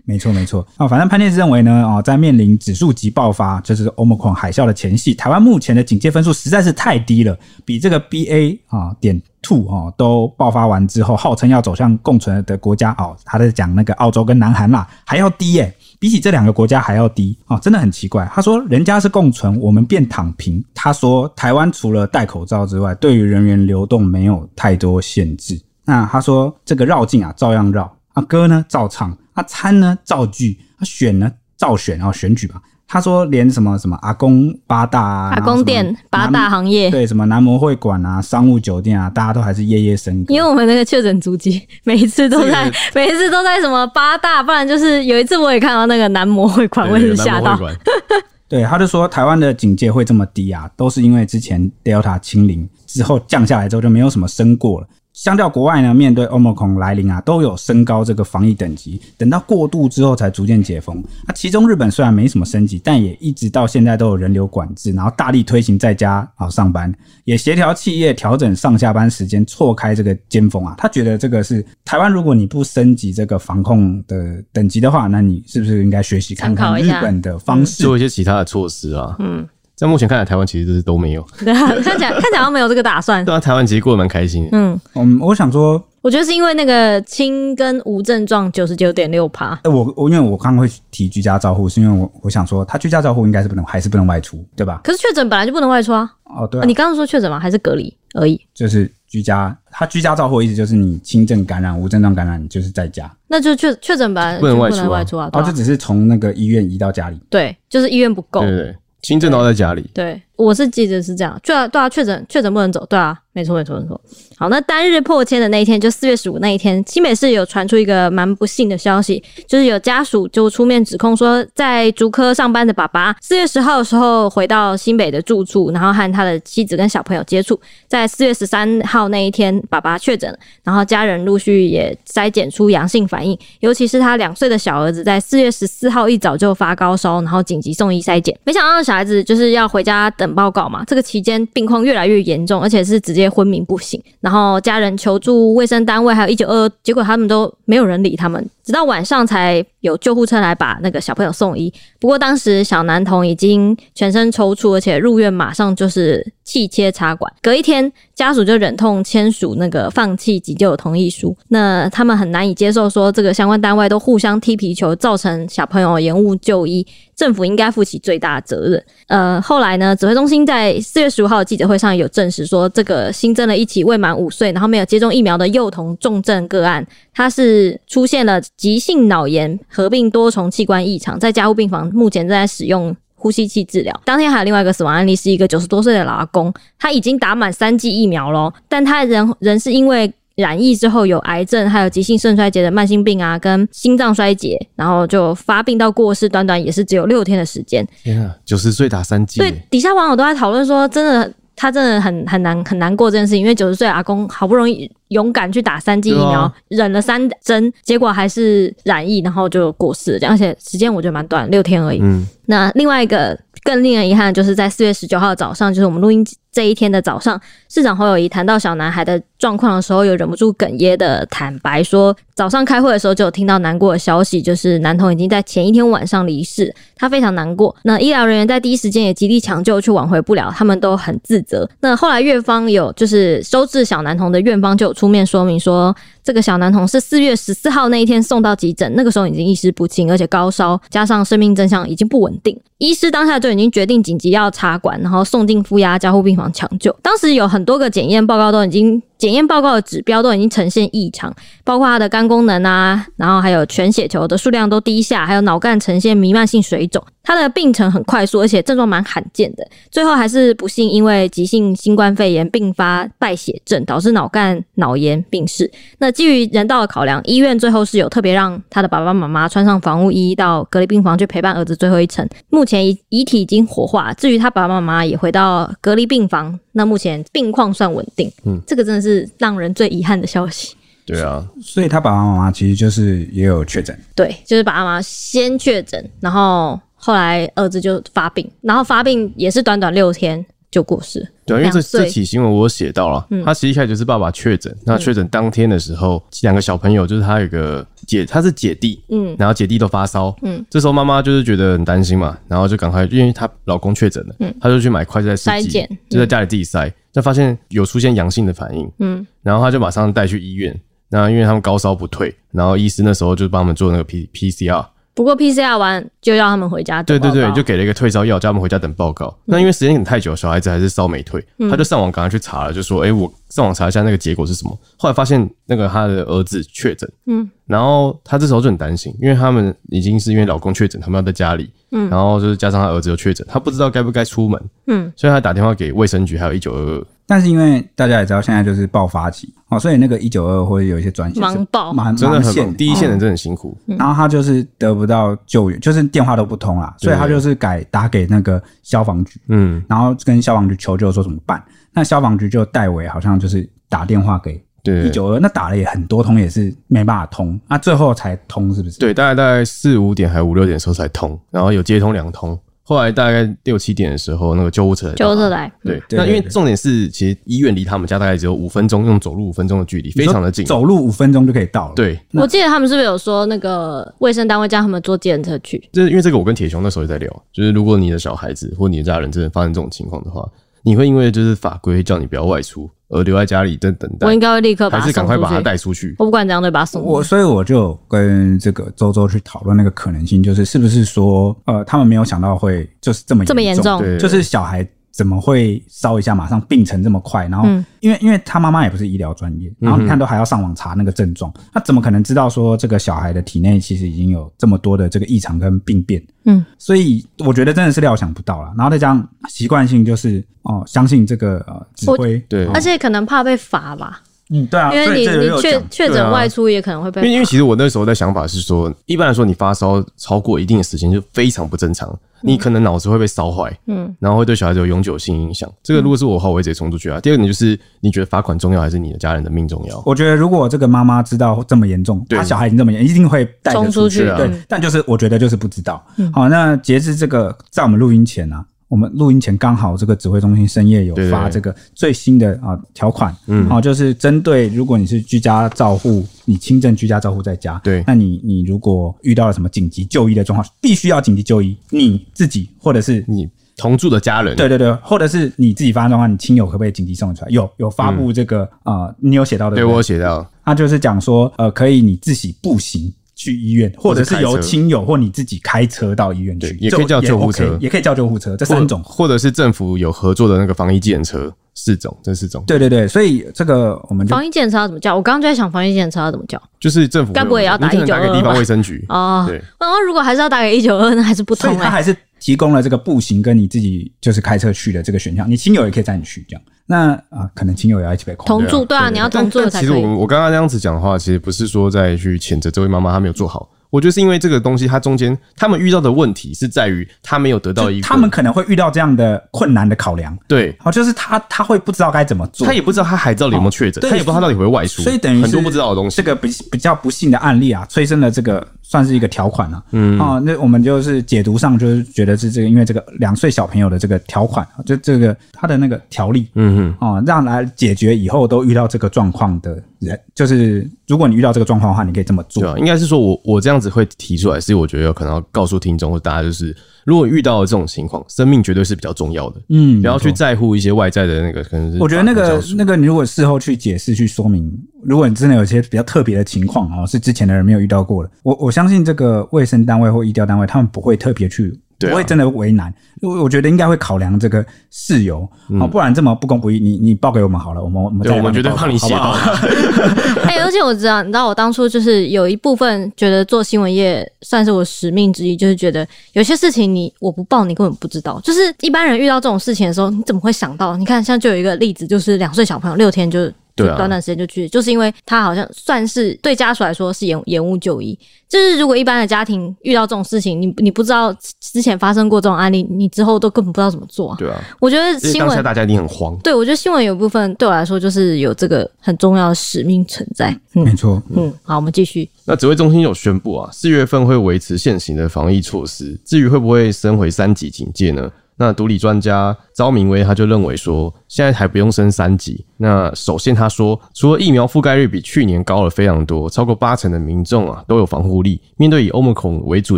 Speaker 2: 没错，没错啊、反正潘烈士认为呢，哦，在面临指数级爆发，就是 Omicron 海啸的前夕，台湾目前的警戒分数实在是太低了，比这个 BA 啊、点 two 哦都爆发完之后，号称要走向共存的国家哦，他在讲那个澳洲跟南韩啦，还要低耶、比起这两个国家还要低啊、哦，真的很奇怪。他说人家是共存，我们变躺平。他说台湾除了戴口罩之外，对于人员流动没有太多限制。那他说这个绕境啊，照样绕啊，歌呢照唱啊，餐呢照剧啊，选呢照选啊，选举吧。他说连什么什么阿公八大啊，
Speaker 1: 打
Speaker 2: 然后什
Speaker 1: 工
Speaker 2: 么
Speaker 1: 店八
Speaker 2: 南
Speaker 1: 大行业，
Speaker 2: 对什么南模会馆啊、商务酒店啊，大家都还是夜夜笙歌。
Speaker 1: 因为我们那个确诊 足迹，每一次都在，每一次都在什么八大，不然就是有一次我也看到那个男模会馆，我也是
Speaker 3: 对
Speaker 1: 吓
Speaker 3: 南
Speaker 1: 到
Speaker 3: 博会。馆
Speaker 2: 对，他就说台湾的警戒会这么低啊，都是因为之前 Delta 清零之后降下来之后就没有什么升过了。相较国外呢，面对 Omicron 来临啊，都有升高这个防疫等级，等到过渡之后才逐渐解封。那、其中日本虽然没什么升级，但也一直到现在都有人流管制，然后大力推行在家啊、上班，也协调企业调整上下班时间，错开这个尖峰啊。他觉得这个是台湾，如果你不升级这个防控的等级的话，那你是不是应该学习看
Speaker 1: 参考
Speaker 2: 看嗯
Speaker 1: 一
Speaker 2: 日
Speaker 1: 下
Speaker 2: 本的方式？
Speaker 3: 做一些其他的措施啊。
Speaker 1: 嗯，
Speaker 3: 在目前看来，台湾其实就是都 没有。
Speaker 1: 对啊，看起来看起来好像没有这个打算。
Speaker 3: 对啊，台湾其实过得蛮开心的。
Speaker 1: 嗯，
Speaker 2: 嗯，我想说，
Speaker 1: 我觉得是因为那个轻跟无症状九十九点六趴，
Speaker 2: 呃我我因为我刚刚会提居家照护，是因为我我想说，他居家照护应该是不能，还是不能外出，对吧？
Speaker 1: 可是确诊本来就不能外出啊。
Speaker 2: 哦，对
Speaker 1: 啊
Speaker 2: 啊、
Speaker 1: 你刚刚说确诊吗？还是隔离而已？
Speaker 2: 就是居家，他居家照护的意思就是你轻症感染、无症状感染，你就是在家，
Speaker 1: 那就确确诊本来就
Speaker 3: 不能
Speaker 1: 不
Speaker 3: 外出啊
Speaker 1: 能外出啊。对
Speaker 2: 然
Speaker 1: 啊
Speaker 2: 后就只是从那个医院移到家里。
Speaker 1: 对，就是医院不够
Speaker 3: 对。对对，轻症都在家里。
Speaker 1: 对，我是记得是这样。对啊，对啊，确诊确诊不能走。对啊，没错没错没错。好，那单日破千的那一天，就四月十五那一天，新北市有传出一个蛮不幸的消息，就是有家属就出面指控说，在竹科上班的爸爸，四月十号的时候回到新北的住处，然后和他的妻子跟小朋友接触，在四月十三号那一天，爸爸确诊了，然后家人陆续也筛检出阳性反应，尤其是他两岁的小儿子，在四月十四号一早就发高烧，然后紧急送医筛检。没想到小孩子就是要回家等报告嘛，这个期间病况越来越严重，而且是直接昏迷不醒。然后家人求助卫生单位，还有一九二，结果他们都没有人理他们，直到晚上才有救护车来把那个小朋友送医。不过当时小男童已经全身抽搐，而且入院马上就是气切插管。隔一天，家属就忍痛签署那个放弃急救的同意书。那他们很难以接受，说这个相关单位都互相踢皮球，造成小朋友延误就医，政府应该负起最大的责任。呃，后来呢，指挥中心在四月十五号的记者会上有证实说，这个新增了一起未满五岁，然后没有接种疫苗的幼童重症个案，他是出现了急性脑炎，合并多重器官异常，在加护病房目前正在使用。呼吸器治疗。当天还有另外一个死亡案例，是一个九十多岁的老阿公，他已经打满三剂疫苗咯，但他仍仍是因为染疫之后有癌症，还有急性肾衰竭的慢性病啊，跟心脏衰竭，然后就发病到过世，短短也是只有六天的时间。
Speaker 3: 天啊，九十岁打三剂
Speaker 1: 对，底下网友都在讨论说，真的，他真的很很难很难过这件事情，因为九十岁阿公好不容易勇敢去打三剂疫
Speaker 3: 对啊
Speaker 1: 苗，忍了三针，结果还是染疫，然后就过世了，这样而且时间我觉得蛮短，六天而已。
Speaker 3: 嗯，
Speaker 1: 那另外一个更令人遗憾的就是在四月十九号早上，就是我们录音这一天的早上，市长侯友谊谈到小男孩的状况的时候，有忍不住哽咽的坦白说，早上开会的时候就有听到难过的消息，就是男童已经在前一天晚上离世，他非常难过。那医疗人员在第一时间也极力抢救，却挽回不了，他们都很自责。那后来院方有就是收治小男童的院方就有出面说明说，这个小男童是四月十四号那一天送到急诊，那个时候已经意识不清，而且高烧，加上生命真相已经不稳定。医师当下就已经决定紧急要插管，然后送进负压加护病房抢救。当时有很多个检验报告都已经，检验报告的指标都已经呈现异常，包括他的肝功能啊，然后还有全血球的数量都低下，还有脑干呈现弥漫性水肿。他的病程很快速，而且症状蛮罕见的。最后还是不幸因为急性新冠肺炎并发败血症，导致脑干脑炎病逝。那基于人道的考量，医院最后是有特别让他的爸爸妈妈穿上防护衣到隔离病房去陪伴儿子最后一程。目前遗遗体已经火化，至于他爸爸妈妈也回到隔离病房。那目前病况算稳定，嗯，这个真的是让人最遗憾的消息。
Speaker 3: 对啊，
Speaker 2: 所以他爸爸妈妈其实就是也有确诊，
Speaker 1: 对，就是爸爸妈妈先确诊，然后后来儿子就发病，然后发病也是短短六天就过世。
Speaker 3: 对啊，因为这
Speaker 1: 两岁嗯
Speaker 3: 这起新闻我有写到了，他其实一开始就是爸爸确诊，那确诊当天的时候，两个小朋友就是他有一个姐，他是姐弟，嗯，然后姐弟都发烧，嗯，这时候妈妈就是觉得很担心嘛，然后就赶快，因为她老公确诊了，嗯，她就去买快筛试
Speaker 1: 筛
Speaker 3: 剂
Speaker 1: 检，嗯
Speaker 3: 就在家里自己筛，就发现有出现阳性的反应，嗯，然后她就马上带去医院，那因为他们高烧不退，然后医师那时候就帮他们做那个 P P C R，
Speaker 1: 不过 PCR 完就要他们回家等
Speaker 3: 对
Speaker 1: 报
Speaker 3: 对
Speaker 1: 告。
Speaker 3: 对，就给了一个退烧药，叫他们回家等报告。那因为时间等太久，小孩子还是烧没退，他就上网赶快去查了，就说：“哎、我上网查一下那个结果是什么。”后来发现那个他的儿子确诊，嗯，然后他这时候就很担心，因为他们已经是因为老公确诊，他们要在家里，嗯，然后就是加上他儿子又确诊，他不知道该不该出门，嗯，所以他打电话给卫生局还有一九二二，
Speaker 2: 但是因为大家也知道现在就是爆发期哦，所以那个一九二或者有一些专线是
Speaker 1: 忙哦嗯爆
Speaker 2: 忙
Speaker 3: 真的
Speaker 2: 忙
Speaker 3: 很
Speaker 2: 线
Speaker 3: 猛第一线人真的很辛苦，
Speaker 2: 然后他就是得不到救援，就是电话都不通啦，所以他就是改打给那个消防局，
Speaker 3: 嗯，
Speaker 2: 然后跟消防局求救说怎么办。那消防局就代为好像就是打电话给
Speaker 3: 对
Speaker 2: 一九二，那打了也很多通，也是没办法通，那、最后才通是不是？，
Speaker 3: 对，大概大概四五点还五六点的时候才通，然后有接通两通。后来大概六七点的时候，那个救护车才到
Speaker 1: 揪着来，
Speaker 3: 对，
Speaker 2: 对
Speaker 3: 那因为
Speaker 2: 对对
Speaker 3: 重点是，其实医院离他们家大概只有五分钟，用走路五分钟的距离，非常的近。
Speaker 2: 走路五分钟就可以到了。，
Speaker 3: 对，
Speaker 1: 我记得他们是不是有说那个卫生单位叫他们坐计程车去？
Speaker 3: 就是因为这个，我跟铁雄那时候也在聊，就是如果你的小孩子或你的家人真的发生这种情况的话，你会因为就是法规叫你不要外出，而留在家里等等待
Speaker 1: 我，应该会立刻把
Speaker 3: 还
Speaker 1: 他
Speaker 3: 是赶快
Speaker 1: 送
Speaker 3: 把他
Speaker 1: 出去。
Speaker 3: 带出去？
Speaker 1: 我不管怎样都把他送出
Speaker 2: 我
Speaker 1: 去。
Speaker 2: 所以我就跟这个周周去讨论那个可能性，就是是不是说呃，他们没有想到会就是这么
Speaker 1: 这么严重
Speaker 3: 对，
Speaker 2: 就是小孩怎么会烧一下马上病程这么快？然后
Speaker 1: 嗯
Speaker 2: 因为因为他妈妈也不是医疗专
Speaker 3: 嗯
Speaker 2: 业，然后你看都还要上网查那个症状，他怎么可能知道说这个小孩的体内其实已经有这么多的这个异常跟病变？
Speaker 1: 嗯，
Speaker 2: 所以我觉得真的是料想不到啦。然后再加上习惯性就是哦，相信这个呃指
Speaker 1: 我
Speaker 2: 挥，
Speaker 3: 对
Speaker 2: 哦
Speaker 1: 而且可能怕被罚吧，
Speaker 2: 嗯，对啊，
Speaker 1: 因为
Speaker 2: 所以
Speaker 1: 你
Speaker 2: 这个
Speaker 1: 你
Speaker 2: 又
Speaker 1: 确
Speaker 2: 讲
Speaker 1: 确
Speaker 3: 对
Speaker 1: 诊
Speaker 3: 啊
Speaker 1: 外出也可能会
Speaker 3: 因为因
Speaker 1: 被
Speaker 3: 为
Speaker 1: 罚。
Speaker 3: 其实我那时候在想法是说，一般来说你发烧超过一定的时间就非常不正常，
Speaker 1: 嗯
Speaker 3: 你可能脑子会被烧坏，嗯，然后会对小孩子有永久性影响。这个如果是我的话，我会直接冲出去啊。
Speaker 1: 嗯
Speaker 3: 第二个呢，就是你觉得罚款重要还是你的家人的命重要？
Speaker 2: 我觉得如果这个妈妈知道这么严重，
Speaker 3: 对
Speaker 2: 她小孩已经这么严，一定会带着
Speaker 1: 冲
Speaker 2: 出
Speaker 1: 出去
Speaker 2: 对
Speaker 1: 嗯，
Speaker 2: 但就是我觉得就是不知道。好，那截至这个，在我们录音前啊，我们录音前刚好这个指挥中心深夜有
Speaker 3: 对对
Speaker 2: 发
Speaker 3: 对
Speaker 2: 这个最新的啊条款，
Speaker 3: 嗯
Speaker 2: 好，就是针对如果你是居家照护，你轻症居家照护在家，
Speaker 3: 对
Speaker 2: 那你你如果遇到了什么紧急就医的状况，必须要紧急就医，你自己或者是
Speaker 3: 你同住的家人，
Speaker 2: 对对对，或者是你自己发生状况，你亲友可不可以紧急送出来？有有发布这个啊、呃你有写到的
Speaker 3: 对我有写到，
Speaker 2: 他就是讲说，呃，可以你自己步行去医院，或者是由亲友或你自己开车到医院去
Speaker 3: 对，也可以
Speaker 2: 这
Speaker 3: 叫救护车
Speaker 2: OK，也可以叫救护车，这
Speaker 3: 或
Speaker 2: 三种。
Speaker 3: 或者是政府有合作的那个防疫计程车，四种，这四种
Speaker 2: 对对对，所以这个我们就
Speaker 1: 防疫检查怎么叫？我刚刚就在想防疫检查怎么叫
Speaker 3: 就是政府
Speaker 1: 该不会也要打
Speaker 3: 你可能打给
Speaker 1: 192
Speaker 3: 地方卫生局？
Speaker 1: 哦。
Speaker 3: 对，
Speaker 1: 然后如果还是要打给一九二，那还是不
Speaker 2: 所以
Speaker 1: 通
Speaker 2: 他
Speaker 1: 哎。
Speaker 2: 还是提供了这个步行跟你自己就是开车去的这个选项，你亲友也可以带你去这样。那啊、可能亲友也要一起被框
Speaker 1: 同
Speaker 2: 架。
Speaker 1: 住对啊，
Speaker 3: 对
Speaker 1: 你要
Speaker 3: 但
Speaker 1: 同住
Speaker 3: 但
Speaker 1: 才
Speaker 3: 其实
Speaker 1: 可以。
Speaker 3: 我我刚刚那样子讲的话，其实不是说在去谴责这位妈妈她没有做好，我觉得是因为这个东西，它中间他们遇到的问题是在于她没有得啊哦到
Speaker 2: 就
Speaker 3: 一个
Speaker 2: 他们可能会遇到这样的困难的考量，
Speaker 3: 对。
Speaker 2: 好，就是他他会不知道该怎么做，
Speaker 3: 她也不知道她孩子到底有没有确诊，
Speaker 2: 对
Speaker 3: 她也不知道她到底会不会外出，
Speaker 2: 所以等于
Speaker 3: 很多
Speaker 2: 是
Speaker 3: 不知道的东西
Speaker 2: 这。个比比较不幸的案例啊，催生了这个算是一个条款了、啊。
Speaker 3: 嗯
Speaker 2: 啊、那我们就是解读上就是觉得是这个，因为这个两岁小朋友的这个条款，啊就这个他的那个条例
Speaker 3: 嗯
Speaker 2: 啊、让来解决以后都遇到这个状况的人，就是如果你遇到这个状况的话，你可以这么
Speaker 3: 对
Speaker 2: 做。
Speaker 3: 啊，应该是说我我这样子会提出来，是我觉得有可能要告诉听众或大家，就是如果遇到了这种情况，生命绝对是比较重要的，
Speaker 2: 嗯，
Speaker 3: 不要去
Speaker 2: 没错。
Speaker 3: 在乎一些外在的那个可能是。
Speaker 2: 我觉得那个
Speaker 3: 那
Speaker 2: 那个，你如果事后去解释去说明，如果你真的有一些比较特别的情况哦，是之前的人没有遇到过的，我我相信这个卫生单位或医疗单位，他们不会特别去。
Speaker 3: 对啊
Speaker 2: 不会真的为难，我我觉得应该会考量这个事由，哦，不然这么不公不义，你你报给我们好了，我们我们
Speaker 3: 嗯对，
Speaker 2: 再
Speaker 3: 我们绝对
Speaker 2: 报
Speaker 3: 帮你
Speaker 2: 好
Speaker 3: 写
Speaker 2: 不好
Speaker 3: 到。
Speaker 1: 哎、 而且我知道，你知道我当初就是有一部分觉得做新闻业算是我使命之一，就是觉得有些事情你我不报你根本不知道，就是一般人遇到这种事情的时候，你怎么会想到？你看，像就有一个例子，就是两岁小朋友六天就。就
Speaker 3: 对啊
Speaker 1: 短短时间就去，就是因为他好像算是对家属来说是延延误就医。就是如果一般的家庭遇到这种事情，你你不知道之前发生过这种案例，你之后都根本不知道怎么做啊。
Speaker 3: 对啊，
Speaker 1: 我觉得
Speaker 3: 因为
Speaker 1: 新
Speaker 3: 当下
Speaker 1: 闻
Speaker 3: 大家一定很慌。
Speaker 1: 对我觉得新闻有一部分对我来说就是有这个很重要的使命存在。嗯，
Speaker 2: 没错，
Speaker 1: 嗯，好，我们继续。
Speaker 3: 那指挥中心有宣布啊，四月份会维持现行的防疫措施。至于会不会升回三级警戒呢？那独立专家招明威他就认为说，现在还不用升三级。那首先他说，除了疫苗覆盖率比去年高了非常多，超过八成的民众啊都有防护力，面对以 Omicron 为主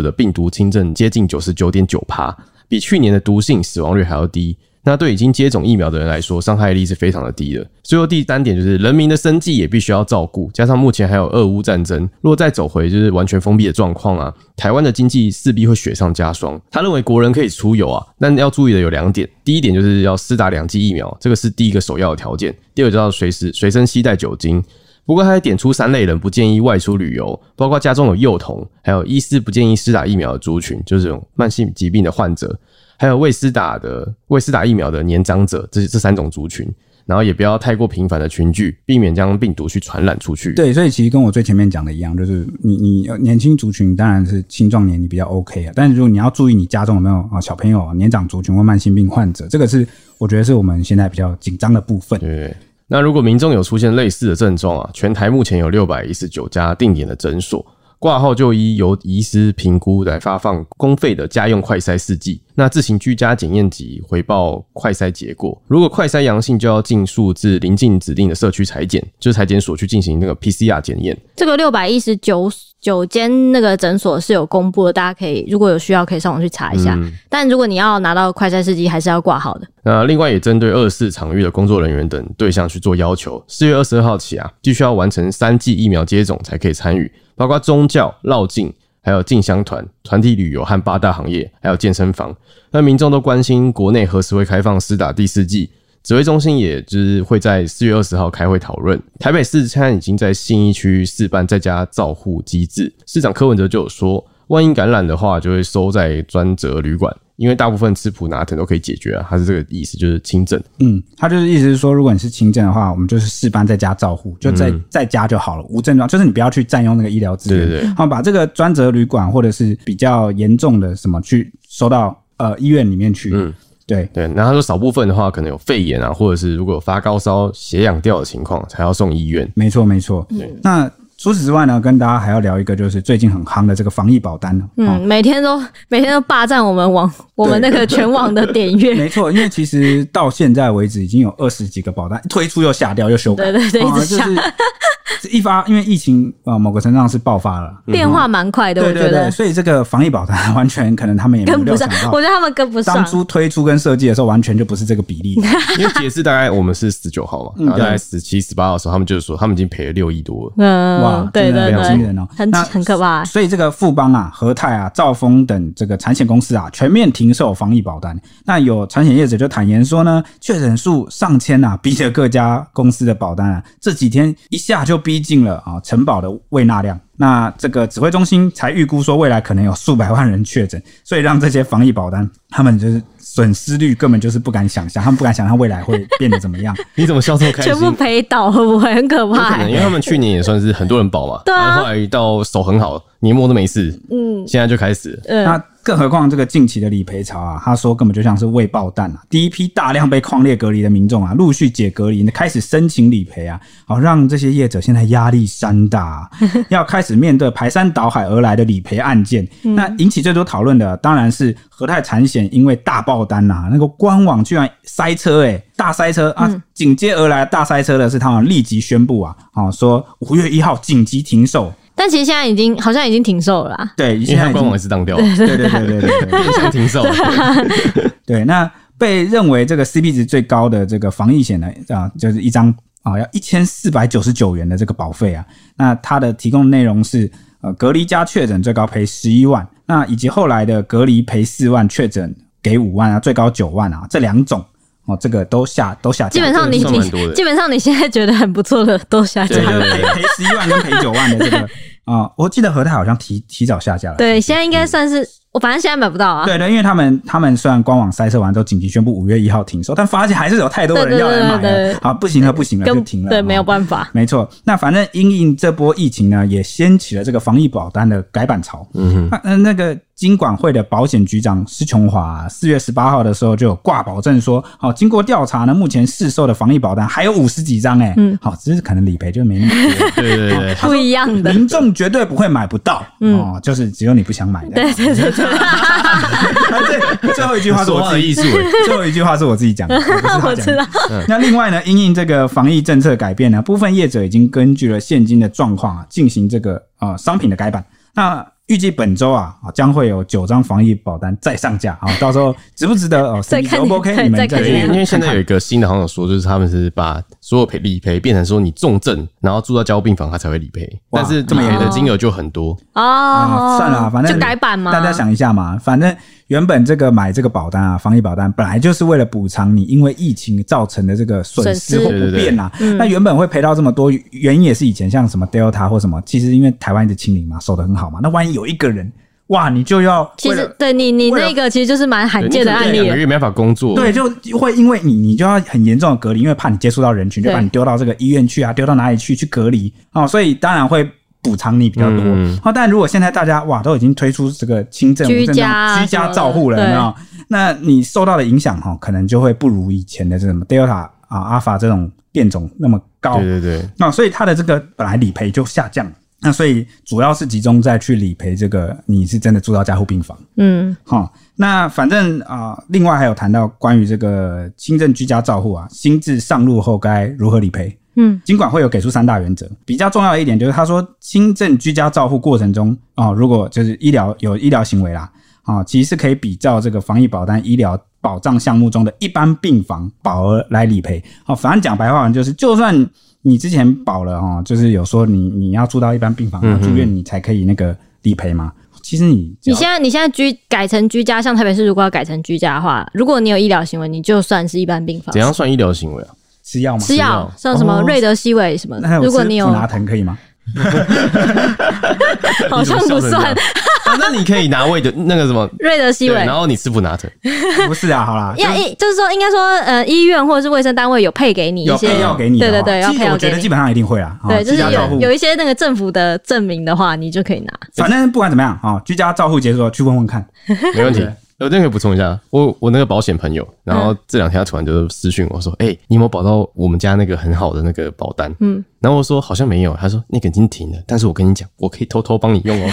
Speaker 3: 的病毒轻症，接近九十九点九趴，比去年的毒性死亡率还要低。那对已经接种疫苗的人来说，伤害力是非常的低的。最后第三点就是人民的生计也必须要照顾，加上目前还有俄乌战争，如果再走回就是完全封闭的状况啊，台湾的经济势必会雪上加霜。他认为国人可以出游啊，但要注意的有两点，第一点就是要施打两剂疫苗，这个是第一个首要的条件；第二个就要随时随身携带酒精。不过他还点出三类人不建议外出旅游，包括家中有幼童，还有医师不建议施打疫苗的族群，就是这种慢性疾病的患者，还有未施打的未施打疫苗的年长者，这这三种族群。然后也不要太过频繁的群聚，避免将病毒去传染出去。
Speaker 2: 对，所以其实跟我最前面讲的一样，就是你你呃年轻族群当然是青壮年你比较 OK 啊，但是如果你要注意你家中有没有啊小朋友啊年长族群或慢性病患者，这个是我觉得是我们现在比较紧张的部分。
Speaker 3: 对。那如果民众有出现类似的症状啊，全台目前有六百一十九家定点的诊所，挂号就医由医师评估来发放公费的家用快筛试剂，那自行居家检验及回报快筛结果。如果快筛阳性，就要尽速至临近指定的社区裁剪，就是裁剪所去进行那个 PCR 检验。
Speaker 1: 这个六百一十九九间那个诊所是有公布的，大家可以如果有需要可以上网去查一
Speaker 2: 嗯
Speaker 1: 下。但如果你要拿到快筛试剂，还是要挂号的。
Speaker 3: 那另外也针对二四场域的工作人员等对象去做要求，四月二十二号起啊，必须要完成三剂疫苗接种才可以参与，包括宗教、绕境。还有进香团、团体旅游和八大行业，还有健身房。那民众都关心国内何时会开放施打第四季，指挥中心也就是会在四月二十号开会讨论。台北市现在已经在信义区试办在家照护机制，市长柯文哲就有说，万一感染的话，就会收在专责旅馆，因为大部分吃普拿疼都可以解决啊，他是这个意思，就是轻症。
Speaker 2: 嗯，他就是意思是说，如果你是轻症的话，我们就是事班在家照护，就在、在家就好了，无症状，就是你不要去占用那个医疗资源。
Speaker 3: 嗯对对对
Speaker 2: 好，把这个专责旅馆或者是比较严重的什么去收到呃医院里面去。嗯，对。
Speaker 3: 对，那他说少部分的话，可能有肺炎啊，或者是如果有发高烧、血氧掉的情况，才要送医院。
Speaker 2: 没错，没错。
Speaker 1: 嗯
Speaker 2: 那除此之外呢，跟大家还要聊一个，就是最近很夯的这个防疫保单。
Speaker 1: 嗯，
Speaker 2: 哦，
Speaker 1: 每天都每天都霸占我们网我们那个全网的点阅。
Speaker 2: 没错，因为其实到现在为止已经有二十几个保单推出又下掉又修改，
Speaker 1: 对对对
Speaker 2: 哦
Speaker 1: 一直 下
Speaker 2: 就是这一发，因为疫情啊、呃某个程度上是爆发了。
Speaker 1: 变化蛮快的，我
Speaker 2: 对
Speaker 1: 觉
Speaker 2: 对对，
Speaker 1: 得
Speaker 2: 所以这个防疫保单 完全可能他们也没有
Speaker 1: 跟不
Speaker 2: 料
Speaker 1: 上
Speaker 2: 想，到
Speaker 1: 我，觉得他们跟不上
Speaker 2: 当。初推出跟设计的时候完全就不是这个比例。
Speaker 3: 因为截至大概我们是十九号嘛，然后大概十七、十八号的时候，他们就是说他们已经赔了六亿多了。
Speaker 2: 哇
Speaker 1: 嗯，，对
Speaker 2: 真的
Speaker 1: 对
Speaker 2: 非常惊
Speaker 1: 对，
Speaker 2: 人哦，
Speaker 1: 很
Speaker 2: 那
Speaker 1: 很可怕欸。
Speaker 2: 所以这个富邦啊、和泰啊、兆丰等这个产险公司啊，全面停售防疫保单。那有产险业者就坦言说呢，确诊数上千啊，逼着各家公司的保单啊，这几天一下就逼近了啊承保的未纳量。那这个指挥中心才预估说，未来可能有数百万人确诊，所以让这些防疫保单他们就是损失率根本就是不敢想象，他们不敢想象未来会变得怎么样。
Speaker 3: 你怎么笑这么开心？
Speaker 1: 全部赔倒会不会很可
Speaker 3: 有可
Speaker 1: 怕
Speaker 3: 能，
Speaker 1: 欸？
Speaker 3: 因为他们去年也算是很多人保嘛，
Speaker 1: 对啊
Speaker 3: 然后后来到手很好，年末都没事，嗯，现在就开始了，
Speaker 1: 嗯
Speaker 2: 那更何况这个近期的理赔潮啊，他说根本就像是未爆弹啊！第一批大量被矿列隔离的民众啊，陆续解隔离，开始申请理赔啊，好、让这些业者现在压力山大、啊，要开始面对排山倒海而来的理赔案件。那引起最多讨论的当然是和泰产险，因为大爆单呐、啊，那个官网居然塞车诶、大塞车啊！紧接而来大塞车的是，他们立即宣布啊，啊、说五月一号紧急停售。
Speaker 1: 但其实现在已经好像已经停售了啦，
Speaker 2: 对，
Speaker 3: 因
Speaker 2: 现
Speaker 3: 为
Speaker 2: 在
Speaker 3: 它
Speaker 2: 已
Speaker 3: 官
Speaker 2: 经
Speaker 3: 网也是当掉，
Speaker 2: 对对对对对对。
Speaker 3: 变 相停售。
Speaker 1: 啊
Speaker 2: 对，那被认为这个 CP 值最高的这个防疫险呢，啊，就是一张啊要一千四百九十九元的这个保费啊，那它的提供内容是呃隔离加确诊最高赔十一万，那以及后来的隔离赔四万，确诊给五万啊，最高九万啊，这两种哦，这个都下都下架
Speaker 1: 基本上你
Speaker 3: 这个
Speaker 1: 你
Speaker 3: 算蛮多的
Speaker 1: 基本上你现在觉得很不错的都下架
Speaker 2: 对，
Speaker 3: 对
Speaker 2: 就是
Speaker 1: 了。
Speaker 2: 赔赔十一万跟赔九万的这个啊、我记得和泰好像提提早下架了，
Speaker 1: 对，现在应该算是我反正现在买不到啊。
Speaker 2: 对对，因为他们他们虽然官网塞车完之后紧急宣布五月一号停售，但发现还是有太多人要来买
Speaker 1: 对对对对
Speaker 2: 了
Speaker 1: 对
Speaker 2: 啊，不行了不行了就停了，
Speaker 1: 对，
Speaker 2: 哦
Speaker 1: 没有办法。
Speaker 2: 没错，那反正因应这波疫情呢，也掀起了这个防疫保单的改版潮。
Speaker 3: 嗯哼，
Speaker 2: 那、那个金管会的保险局长施琼华啊四、月十八号的时候就有挂保证说，好、经过调查呢，目前市售的防疫保单还有五十几张哎、
Speaker 1: 嗯
Speaker 2: 好、只是可能理赔就没那么多。
Speaker 3: 对对对，
Speaker 1: 不一样的，嗯
Speaker 2: 民众绝对不会买不到，哦，就是只有你不想买的。对对对 对，最后一句话是
Speaker 3: 说
Speaker 2: 我
Speaker 3: 话
Speaker 2: 自
Speaker 3: 的
Speaker 2: 己
Speaker 3: 艺术，
Speaker 2: 最后一句话是我自己讲的，不是他讲的
Speaker 1: 我知道。
Speaker 2: 那另外呢，因应这个防疫政策改变呢，部分业者已经根据了现今的状况啊，进行这个呃商品的改版。那预计本周啊，啊将会有九张防疫保单再上架啊，到时候值不值得哦？
Speaker 1: 再
Speaker 2: CP
Speaker 1: 看
Speaker 2: 值 O 不 OK？
Speaker 1: 对
Speaker 2: 你们
Speaker 1: 再
Speaker 2: 再
Speaker 1: 看
Speaker 3: 对，因
Speaker 2: 决定
Speaker 3: 为因为
Speaker 1: 怎么样
Speaker 3: 现在有一个新的好像有说，就是他们是把所有赔理赔变成说你重症，然后住到交病房，他才会理赔，
Speaker 2: 哇
Speaker 3: 但是理
Speaker 2: 这么严
Speaker 3: 赔的
Speaker 1: 重
Speaker 3: 金额就很多，
Speaker 1: 哦
Speaker 2: 啊，，算了，反正
Speaker 1: 就改版嘛。
Speaker 2: 大家想一下嘛，反正原本这个买这个保单啊，防疫保单本来就是为了补偿你因为疫情造成的这个损失或
Speaker 1: 损
Speaker 3: 失
Speaker 2: 不便啊。
Speaker 1: 嗯
Speaker 2: 那原本会赔到这么多，原因也是以前像什么 Delta 或什么，其实因为台湾一直清零嘛，守得很好嘛。那万一有一个人，哇，你就要
Speaker 1: 其
Speaker 2: 为
Speaker 1: 实
Speaker 2: 了
Speaker 1: 对你你
Speaker 2: 为了
Speaker 1: 那个其实就是蛮
Speaker 3: 对
Speaker 1: 罕
Speaker 3: 你
Speaker 1: 见
Speaker 3: 可
Speaker 1: 的
Speaker 3: 能
Speaker 1: 案例
Speaker 3: 两个
Speaker 1: 了。
Speaker 3: 月没办法工作，
Speaker 2: 对，就会因为你，你就要很严重的隔离，因为怕你接触到人群，就
Speaker 1: 对
Speaker 2: 把你丢到这个医院去啊，丢到哪里去去隔离哦，所以当然会补偿你比较多。
Speaker 3: 嗯
Speaker 2: 哦，但如果现在大家哇都已经推出这个轻症、无
Speaker 1: 居
Speaker 2: 症
Speaker 1: 家啊
Speaker 2: 状居
Speaker 1: 什
Speaker 2: 家
Speaker 1: 么
Speaker 2: 照护了，
Speaker 1: 的
Speaker 2: 有没有？那你受到的影响哈、哦，可能就会不如以前的这种 Delta 啊、阿法这种变种那么高。
Speaker 3: 对对对，
Speaker 2: 那、所以它的这个本来理赔就下降，那所以主要是集中在去理赔这个你是真的住到加护病房。
Speaker 1: 嗯，
Speaker 2: 哈、那反正啊、另外还有谈到关于这个轻症居家照护啊，新制上路后该如何理赔？
Speaker 1: 嗯，
Speaker 2: 尽管会有给出三大原则，比较重要的一点就是他说，轻症居家照护过程中啊、如果就是医疗有医疗行为啦，啊、其实是可以比照这个防疫保单医疗保障项目中的一般病房保额来理赔。哦，反正讲白话文就是，就算你之前保了哦，就是有说你你要住到一般病房，要住院你才可以那个理赔嘛。其实你只
Speaker 1: 你
Speaker 2: 要
Speaker 1: 现在你现在居改成居家，像台北市如果要改成居家的话，如果你有医疗行为，你就算是一般病房
Speaker 3: 怎。样算医疗行为啊？
Speaker 2: 吃药吗？哦
Speaker 1: 吃药像什么瑞德西韦什么
Speaker 2: 那还，有
Speaker 1: 如果
Speaker 2: 吃
Speaker 1: 你有
Speaker 2: 普拿疼可以 吗？
Speaker 1: 好像 不算
Speaker 3: 反正啊你可以拿胃的那个什么，
Speaker 1: 瑞德西
Speaker 3: 对，
Speaker 1: 韦
Speaker 3: 然，后你吃不拿疼，
Speaker 2: 不是啊，好啦，
Speaker 1: 要一就是说应该说呃医院或者是卫生单位有配给你一
Speaker 2: 有
Speaker 1: 些
Speaker 2: 配药给你的
Speaker 1: 对
Speaker 2: 话，
Speaker 1: 对对，要
Speaker 2: 其实
Speaker 1: 配药
Speaker 2: 我觉
Speaker 1: 给
Speaker 2: 得基
Speaker 1: 你。
Speaker 2: 本上一定会啦。哦
Speaker 1: 对，就
Speaker 2: 居
Speaker 1: 是
Speaker 2: 家照
Speaker 1: 有
Speaker 2: 护
Speaker 1: 有一些那个政府的证明的话，你就可以拿。
Speaker 2: 反正不管怎么样啊，哦居家照护结束了去问问看。
Speaker 3: 没问题
Speaker 2: 对。
Speaker 3: 我那个补充一下，我我那个保险朋友，然
Speaker 1: 嗯
Speaker 3: 后这两天他突然就私讯我说：“哎、你有没有保到我们家那个很好的那个保单？”嗯，然后我说好像没有，他说那个已经停了，但是我跟你讲，我可以偷偷帮你 用哦。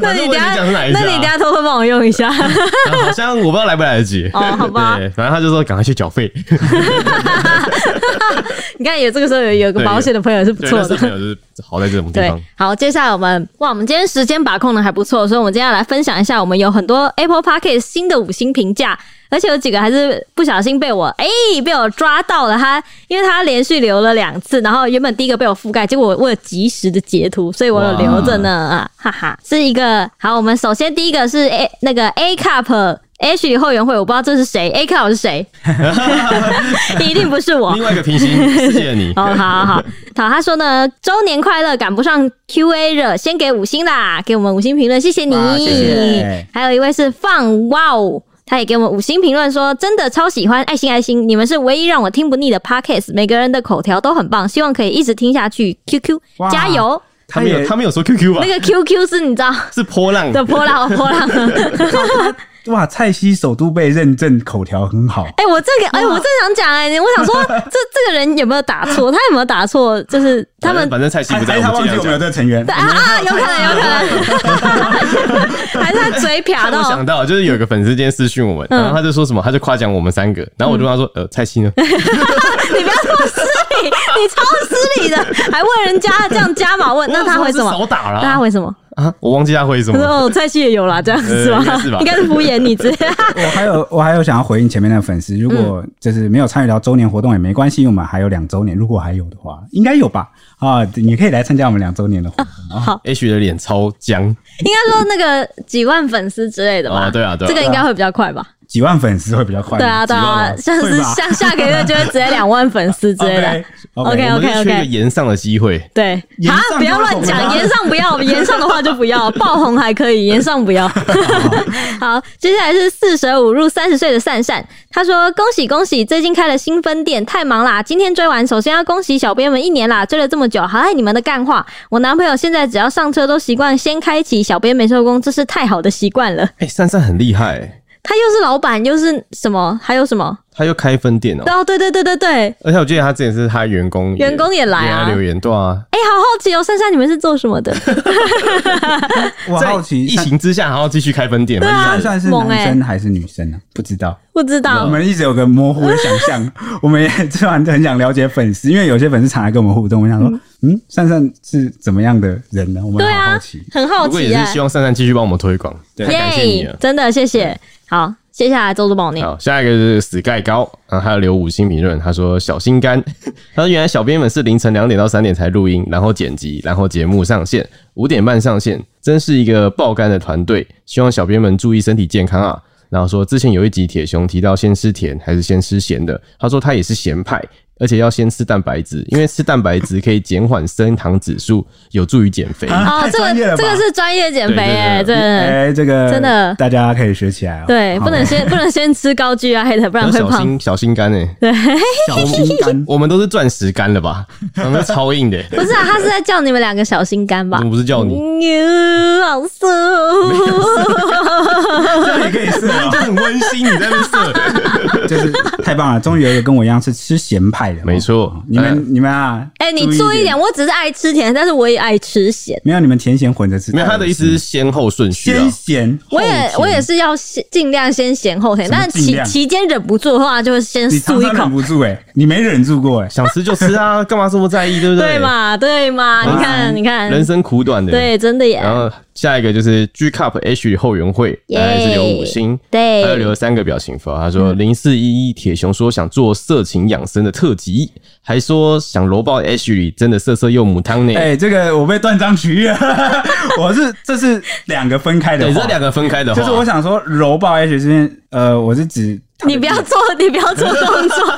Speaker 1: 那
Speaker 3: 反正
Speaker 1: 你等
Speaker 3: 我已经
Speaker 1: 下，
Speaker 3: 讲出来一下
Speaker 1: 那
Speaker 3: 啊
Speaker 1: 你等下偷偷帮我用一下。
Speaker 3: 然啊后好像我不知道来不来得及
Speaker 1: 哦好吧
Speaker 3: 对，反正他就说赶快去缴费。
Speaker 1: 你看，有这个时候有有个
Speaker 3: 对
Speaker 1: 保险的朋友是不
Speaker 3: 对，
Speaker 1: 错
Speaker 3: 但是
Speaker 1: 的。
Speaker 3: 朋友就是好在这种地
Speaker 1: 对
Speaker 3: 方，，
Speaker 1: 好，接下来我们哇，我们今天时间把控的还不错，所以我们今天要来分享一下，我们有很多 Apple p o c k e t 新的五星评价，而且有几个还是不小心被我哎、被我抓到了，他因为他连续留了两次，然后原本第一个被我覆盖，结果我我有及时的截图，所以我有留着呢啊，哈哈，是一个好，我们首先第一个是 A 那个 A Cup。H 后援会，我不知道这是谁，A Cup 是 谁， 一定不是我
Speaker 3: 另。外一个平行世界的你，
Speaker 1: 哦，好 好好，好，他说呢，周年快乐，赶不上 Q&A 热，先给五星啦，给我们五星评论，谢谢你。
Speaker 2: 哇谢谢
Speaker 1: 还有一位是放哇哦。他也给我们五星评论说，真的超喜欢，爱心爱心，你们是唯一让我听不腻的 podcast，每个人的口条都很棒，希望可以一直听下去。QQ
Speaker 2: 哇
Speaker 1: 加油！
Speaker 3: 他没
Speaker 2: 他
Speaker 3: 有
Speaker 2: 也
Speaker 3: 他没有说 QQ 吧
Speaker 1: 那？个 QQ 是你知道
Speaker 3: 是波浪
Speaker 1: 的波浪波 浪。哎
Speaker 2: 哇，蔡西首都被认证口条很好，
Speaker 1: 哎、我这个哎、我正想讲哎、我想说这这个人有没有打错？他有没有打错？就是
Speaker 3: 反正
Speaker 1: 他们
Speaker 3: 反正蔡西
Speaker 2: 还
Speaker 3: 不在，
Speaker 2: 还是他
Speaker 3: 们
Speaker 2: 忘
Speaker 3: 尽
Speaker 2: 记
Speaker 3: 量
Speaker 2: 我们有
Speaker 3: 讲。
Speaker 2: 这个成员。
Speaker 1: 啊 啊，有可能有可能，还是他嘴
Speaker 3: 他
Speaker 1: 瓢
Speaker 3: 们想
Speaker 1: 到。
Speaker 3: 到就是有一个粉丝今天私讯我们，
Speaker 1: 嗯
Speaker 3: 然后他就说什么，他就夸奖我们三个，然后我就跟他说，呃，蔡西呢？
Speaker 1: 你不要这么失礼，你超失礼的，还问人家这样加码 问，那他回什
Speaker 3: 我
Speaker 1: 么？
Speaker 3: 少打
Speaker 1: 那他
Speaker 3: 了
Speaker 1: 回什么？
Speaker 3: 啊，我忘记他回什
Speaker 1: 他
Speaker 3: 么
Speaker 1: 说
Speaker 3: 了。
Speaker 1: 哦，蔡西也有啦，这样
Speaker 3: 呃
Speaker 1: 是吧
Speaker 3: 应该是吧？
Speaker 1: 应该是敷衍你之类的。
Speaker 2: 我还有我还有想要回应前面那个粉丝，如果就是没有参与到周年活动也没关系，因为我们还有两周年，如果还有的话，应该有吧？啊，你可以来参加我们两周年的活动啊。
Speaker 3: H 的脸超僵，
Speaker 1: 应该说那个几万粉丝之类的吧？
Speaker 3: 哦对啊对啊
Speaker 1: 这个应该会比较快吧？
Speaker 2: 几万粉丝会比较快吗。
Speaker 1: 对啊，对啊，
Speaker 2: 几
Speaker 1: 像
Speaker 2: 万吗
Speaker 1: 是啊
Speaker 2: 会吧
Speaker 1: 下下个月就会直接两万粉丝 之
Speaker 3: 哦
Speaker 1: 类的。
Speaker 2: OK，OK，
Speaker 3: 我们
Speaker 1: OK，OK，OK
Speaker 3: 就缺一个延上的机会。
Speaker 1: 对
Speaker 2: 延
Speaker 1: 啊
Speaker 2: 上，
Speaker 1: 不要
Speaker 2: 就
Speaker 1: 乱
Speaker 2: 好
Speaker 1: 讲，
Speaker 2: 啦
Speaker 1: 言上不要，言上的话就不要，爆红还可以，言上不要。好，接下来是四舍五入三十岁的善善，他说：“恭喜恭喜，最近开了新分店，太忙啦！今天追完，首先要恭喜小编们一年啦，追了这么久，好哎爱你们的干话。我男朋友现在只要上车都习惯先开启小编没收工，这是太好的习惯了。
Speaker 3: 哎，珊珊很厉害、欸，
Speaker 1: 他又是老板，又是什么，还有什么？
Speaker 3: 她又开分店哦、
Speaker 1: 哦，对对对对对，
Speaker 3: 而且我记得她之前是她员工也，
Speaker 1: 员工也来啊
Speaker 3: 留言对啊。
Speaker 1: 哎、好好奇哦，珊珊你们是做什么的？
Speaker 2: 我好奇
Speaker 3: 疫
Speaker 2: 一
Speaker 3: 情之下还要继续开分店，对
Speaker 2: 算算是
Speaker 1: 猛欸哦
Speaker 2: 男生还是女生呢？不知道，
Speaker 1: 不知道
Speaker 2: 我。们一直有个模 糊的想象。我们也 突然很想了解粉丝，因为有些粉丝常来跟我们互动，我想说，嗯，善善是怎么样的人呢？我们
Speaker 1: 对
Speaker 2: 好好
Speaker 1: 啊
Speaker 2: 奇。，
Speaker 1: 很好
Speaker 3: 不过
Speaker 1: 奇
Speaker 3: 也
Speaker 1: 耶、
Speaker 3: 是希望珊珊继续帮我们推广，对，啊感谢你
Speaker 1: 耶
Speaker 3: 了！。
Speaker 1: 真的谢谢。好，接下来周周帮我念。
Speaker 3: 好，下一个是 Sky 高，然后他有留五星评论，他说小心肝， 他说原来小编们是凌晨两点到三点才录音，然后剪辑，然后节目上线，五点半上线，真是一个爆肝的团队，希望小编们注意身体健康啊。然后说之前有一集铁熊提到先吃甜还是先吃咸的，他说他也是咸派。而且要先吃蛋白质，因为吃蛋白质可以减缓升糖指数，有助于减肥。
Speaker 2: 啊
Speaker 1: 哦，
Speaker 2: 太
Speaker 1: 这个
Speaker 2: 专业了吧
Speaker 1: 这个是专业减肥哎、
Speaker 3: 对
Speaker 1: 这
Speaker 2: 哎，这个
Speaker 1: 真的
Speaker 2: 大家可以学起来哦。
Speaker 1: 对
Speaker 2: 好
Speaker 1: 不能先不能先吃高 GI 的，不然会
Speaker 3: 小
Speaker 1: 胖。
Speaker 3: 心小心肝哎、。
Speaker 2: 小心肝
Speaker 3: 我们都是钻石肝了吧？我们超硬的、欸
Speaker 1: 不是啊，他是在叫你们两个小心肝吧
Speaker 3: 我？不是叫你，
Speaker 1: 牛好瘦，
Speaker 2: 这样也可以是 啊，
Speaker 3: 很温馨，你在那射。
Speaker 2: 就是太棒了，终于有一个跟我一样是吃咸派的。
Speaker 3: 没错
Speaker 2: 你
Speaker 3: 呃
Speaker 2: 们你们啊，
Speaker 1: 哎、你注意一点，，我只是爱吃甜，但是我也爱吃咸。
Speaker 2: 没有你们甜咸混着吃。
Speaker 3: 没有，他的意思是先后顺序啊
Speaker 2: 先。咸，
Speaker 1: 我也
Speaker 2: 后
Speaker 1: 我
Speaker 2: 咸
Speaker 1: 也是要先尽量先咸后甜，
Speaker 2: 什么
Speaker 1: 但
Speaker 2: 尽
Speaker 1: 期
Speaker 2: 量
Speaker 1: 期间忍不住的话，就会先
Speaker 2: 你
Speaker 1: 漱
Speaker 2: 常
Speaker 1: 一
Speaker 2: 常
Speaker 1: 口
Speaker 2: 忍。不住哎、你没忍住过哎、
Speaker 3: 想吃就吃啊，干嘛这么在意，对不
Speaker 1: 对？嘛，对嘛，你看，你看，
Speaker 3: 人生苦短的。。
Speaker 1: 对，真的耶，
Speaker 3: 然后下一个就是 G Cup H 后援会，
Speaker 1: 耶哎嗯
Speaker 3: 还是留五星，
Speaker 1: 对
Speaker 3: 还有留了三个表情符号。他说零四一一铁熊说想做色情养生的特辑，还说想楼爆 H 里真的色色又母汤呢。
Speaker 2: 哎、这个我被断章取义了， 我是这是两个分开的
Speaker 3: 对，
Speaker 2: 话，
Speaker 3: 哎这两个分开的话，
Speaker 2: 就是我想说柔爆 H 这边，呃，我是指
Speaker 1: 你不要做，你不要做动作，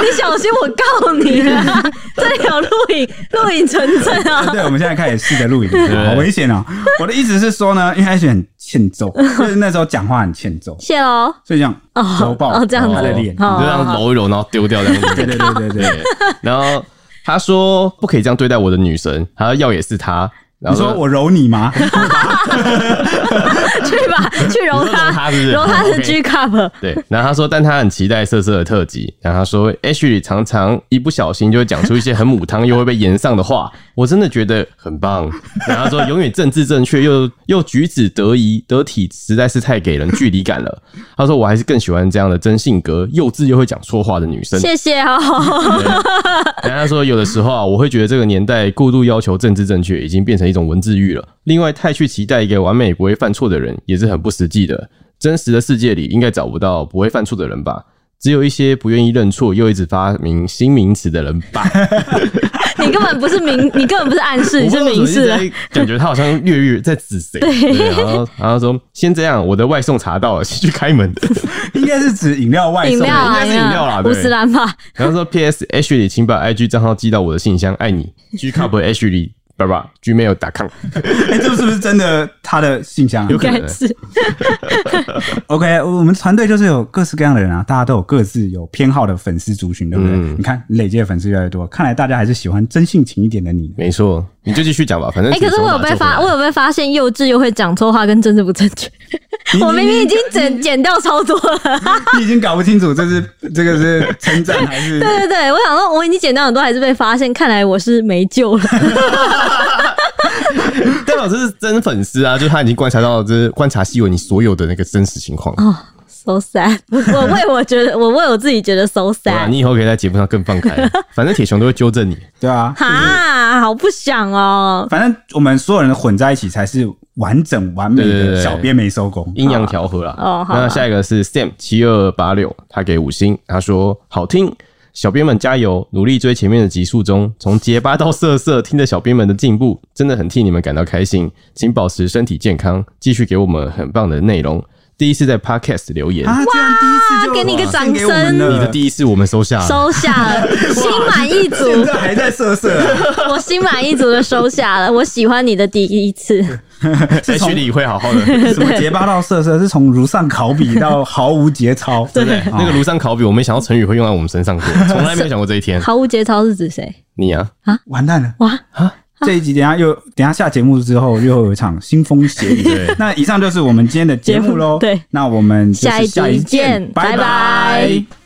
Speaker 1: 你小心我告你啊！这里有录影，录影存证啊。
Speaker 2: 对，我们现在开始试着 录影，好危险哦、我的意思是说呢，因为 H 很欠揍，就是那时候讲话很欠揍，
Speaker 1: 谢喽，
Speaker 2: 所以这样
Speaker 1: 哦
Speaker 2: 柔爆
Speaker 1: 哦这样子
Speaker 2: 他的脸，
Speaker 1: 哦
Speaker 3: 你就这样揉一揉，然后丢掉这样 子
Speaker 2: 对。对对对对。
Speaker 3: 对，然后他说不可以这样对待我的女神，他说要也是他。然
Speaker 2: 你
Speaker 3: 后
Speaker 2: 说我揉你 吗？
Speaker 1: 去吧，去揉
Speaker 3: 你说揉
Speaker 1: 它
Speaker 3: 它是不，是
Speaker 1: 揉它是
Speaker 3: OK
Speaker 1: G cup，
Speaker 3: 对，然后他说，但他很期待色色的特辑。然后他说，H 常常一不小心就会讲出一些很母汤又会被延上的话，我真的觉得很棒。然后他说，永远政治正确又又举止得宜得体，实在是太给人距离感了。他说，我还是更喜欢这样的真性格、幼稚又会讲错话的女生。
Speaker 1: 谢谢哦。
Speaker 3: 人家说有的时候啊，我会觉得这个年代过度要求政治正确，已经变成一种文字狱了。另外，太去期待一个完美不会犯错的人，也是很不实际的。真实的世界里，应该找不到不会犯错的人吧？只有一些不愿意认错又一直发明新名词的人吧。
Speaker 1: 你根本不是明，你根本不是暗示，你是啊明示。
Speaker 3: 我不知道为什么一直在感觉他好像越狱在指谁。对，然后然后说先这样，我的外送查到了，先去开门。
Speaker 2: 应该是指饮料外
Speaker 1: 饮
Speaker 2: 送
Speaker 1: 料，啊，
Speaker 3: 应该是饮料啦对
Speaker 1: 五十兰吧。
Speaker 3: 然后说 P.S. H 里，请把 I.G 账号寄到我的信箱，爱你。G Cup H 里爸爸 gmail.com，
Speaker 2: 哎、这是不是真的他的信箱啊、
Speaker 3: 有
Speaker 1: 应
Speaker 3: 可能
Speaker 1: 该是
Speaker 2: OK，我们团队就是有各式各样的人啊，大家都有各自有偏好的粉丝族群，对不对？
Speaker 3: 嗯
Speaker 2: 你看你累积的粉丝越来越多，看来大家还是喜欢真性情一点的 你。
Speaker 3: 没错，你就继续讲吧，反正
Speaker 1: 哎、可是我有
Speaker 3: 请
Speaker 1: 被
Speaker 3: 收纳
Speaker 1: 发，
Speaker 3: 就回
Speaker 1: 我
Speaker 3: 来
Speaker 1: 有被发现幼稚又会讲错话跟政治不正确，
Speaker 2: 你
Speaker 1: 我明明已经剪剪掉超多了。
Speaker 2: 你已经搞不清楚这是这个是称赞还 是
Speaker 3: 啊
Speaker 1: 对对对，我想说我已经剪掉很多，还是被发现，看来我是没救了。
Speaker 3: 代表这是真粉丝啊，就是他已经观察到，就是观察细微你所有的那个真实情况。
Speaker 1: so sad，我为我觉得，我为我自己觉得 so
Speaker 3: 对啊，
Speaker 1: sad。
Speaker 3: 你以后可以在节目上更放开，反正铁熊都会纠正你。
Speaker 2: 对啊？
Speaker 1: 哈，好不想哦。
Speaker 2: 反正我们所有人混在一起才是完整完美
Speaker 3: 对对
Speaker 2: 的
Speaker 3: 对
Speaker 2: 小编没收工。
Speaker 3: 阴阳调和啦。
Speaker 1: 哦好啊
Speaker 3: 那下一个是 Sam 七二八六，他给五星，他说好听。小编们加油，努力追前面的集数中，从结巴到色色，听着小编们的进步，真的很替你们感到开心。请保持身体健康，继续给我们很棒的内容。第一次在 Podcast 留言，
Speaker 2: 啊，这样第一次就
Speaker 1: 给你一个掌声
Speaker 2: 献给我们了
Speaker 3: 你的第一次我们收下了。
Speaker 1: 收下了，心满意
Speaker 2: 现
Speaker 1: 足，
Speaker 2: 在还在色色、 啊，
Speaker 1: 我心满意足的收下了。我喜欢你的第一次，
Speaker 3: 在群里会好好的，
Speaker 2: 什么结巴到色色，是从如上考比到毫无节操，
Speaker 3: 对 不对？那
Speaker 2: 哦
Speaker 3: 个庐山考比，我没想到成语会用在我们身上过，从来没有想过这一天。
Speaker 1: 毫无节操是指谁？
Speaker 3: 你啊，
Speaker 2: 完蛋了。
Speaker 1: 哇，啊
Speaker 2: 这一集等一下又等一下下节目之后又有一场腥风血雨。
Speaker 3: 对
Speaker 2: 那以上就是我们今天的节目喽。
Speaker 1: 对
Speaker 2: 那我们就是
Speaker 1: 下一集
Speaker 2: 下一
Speaker 1: 见
Speaker 2: 见，
Speaker 1: 拜拜
Speaker 2: 拜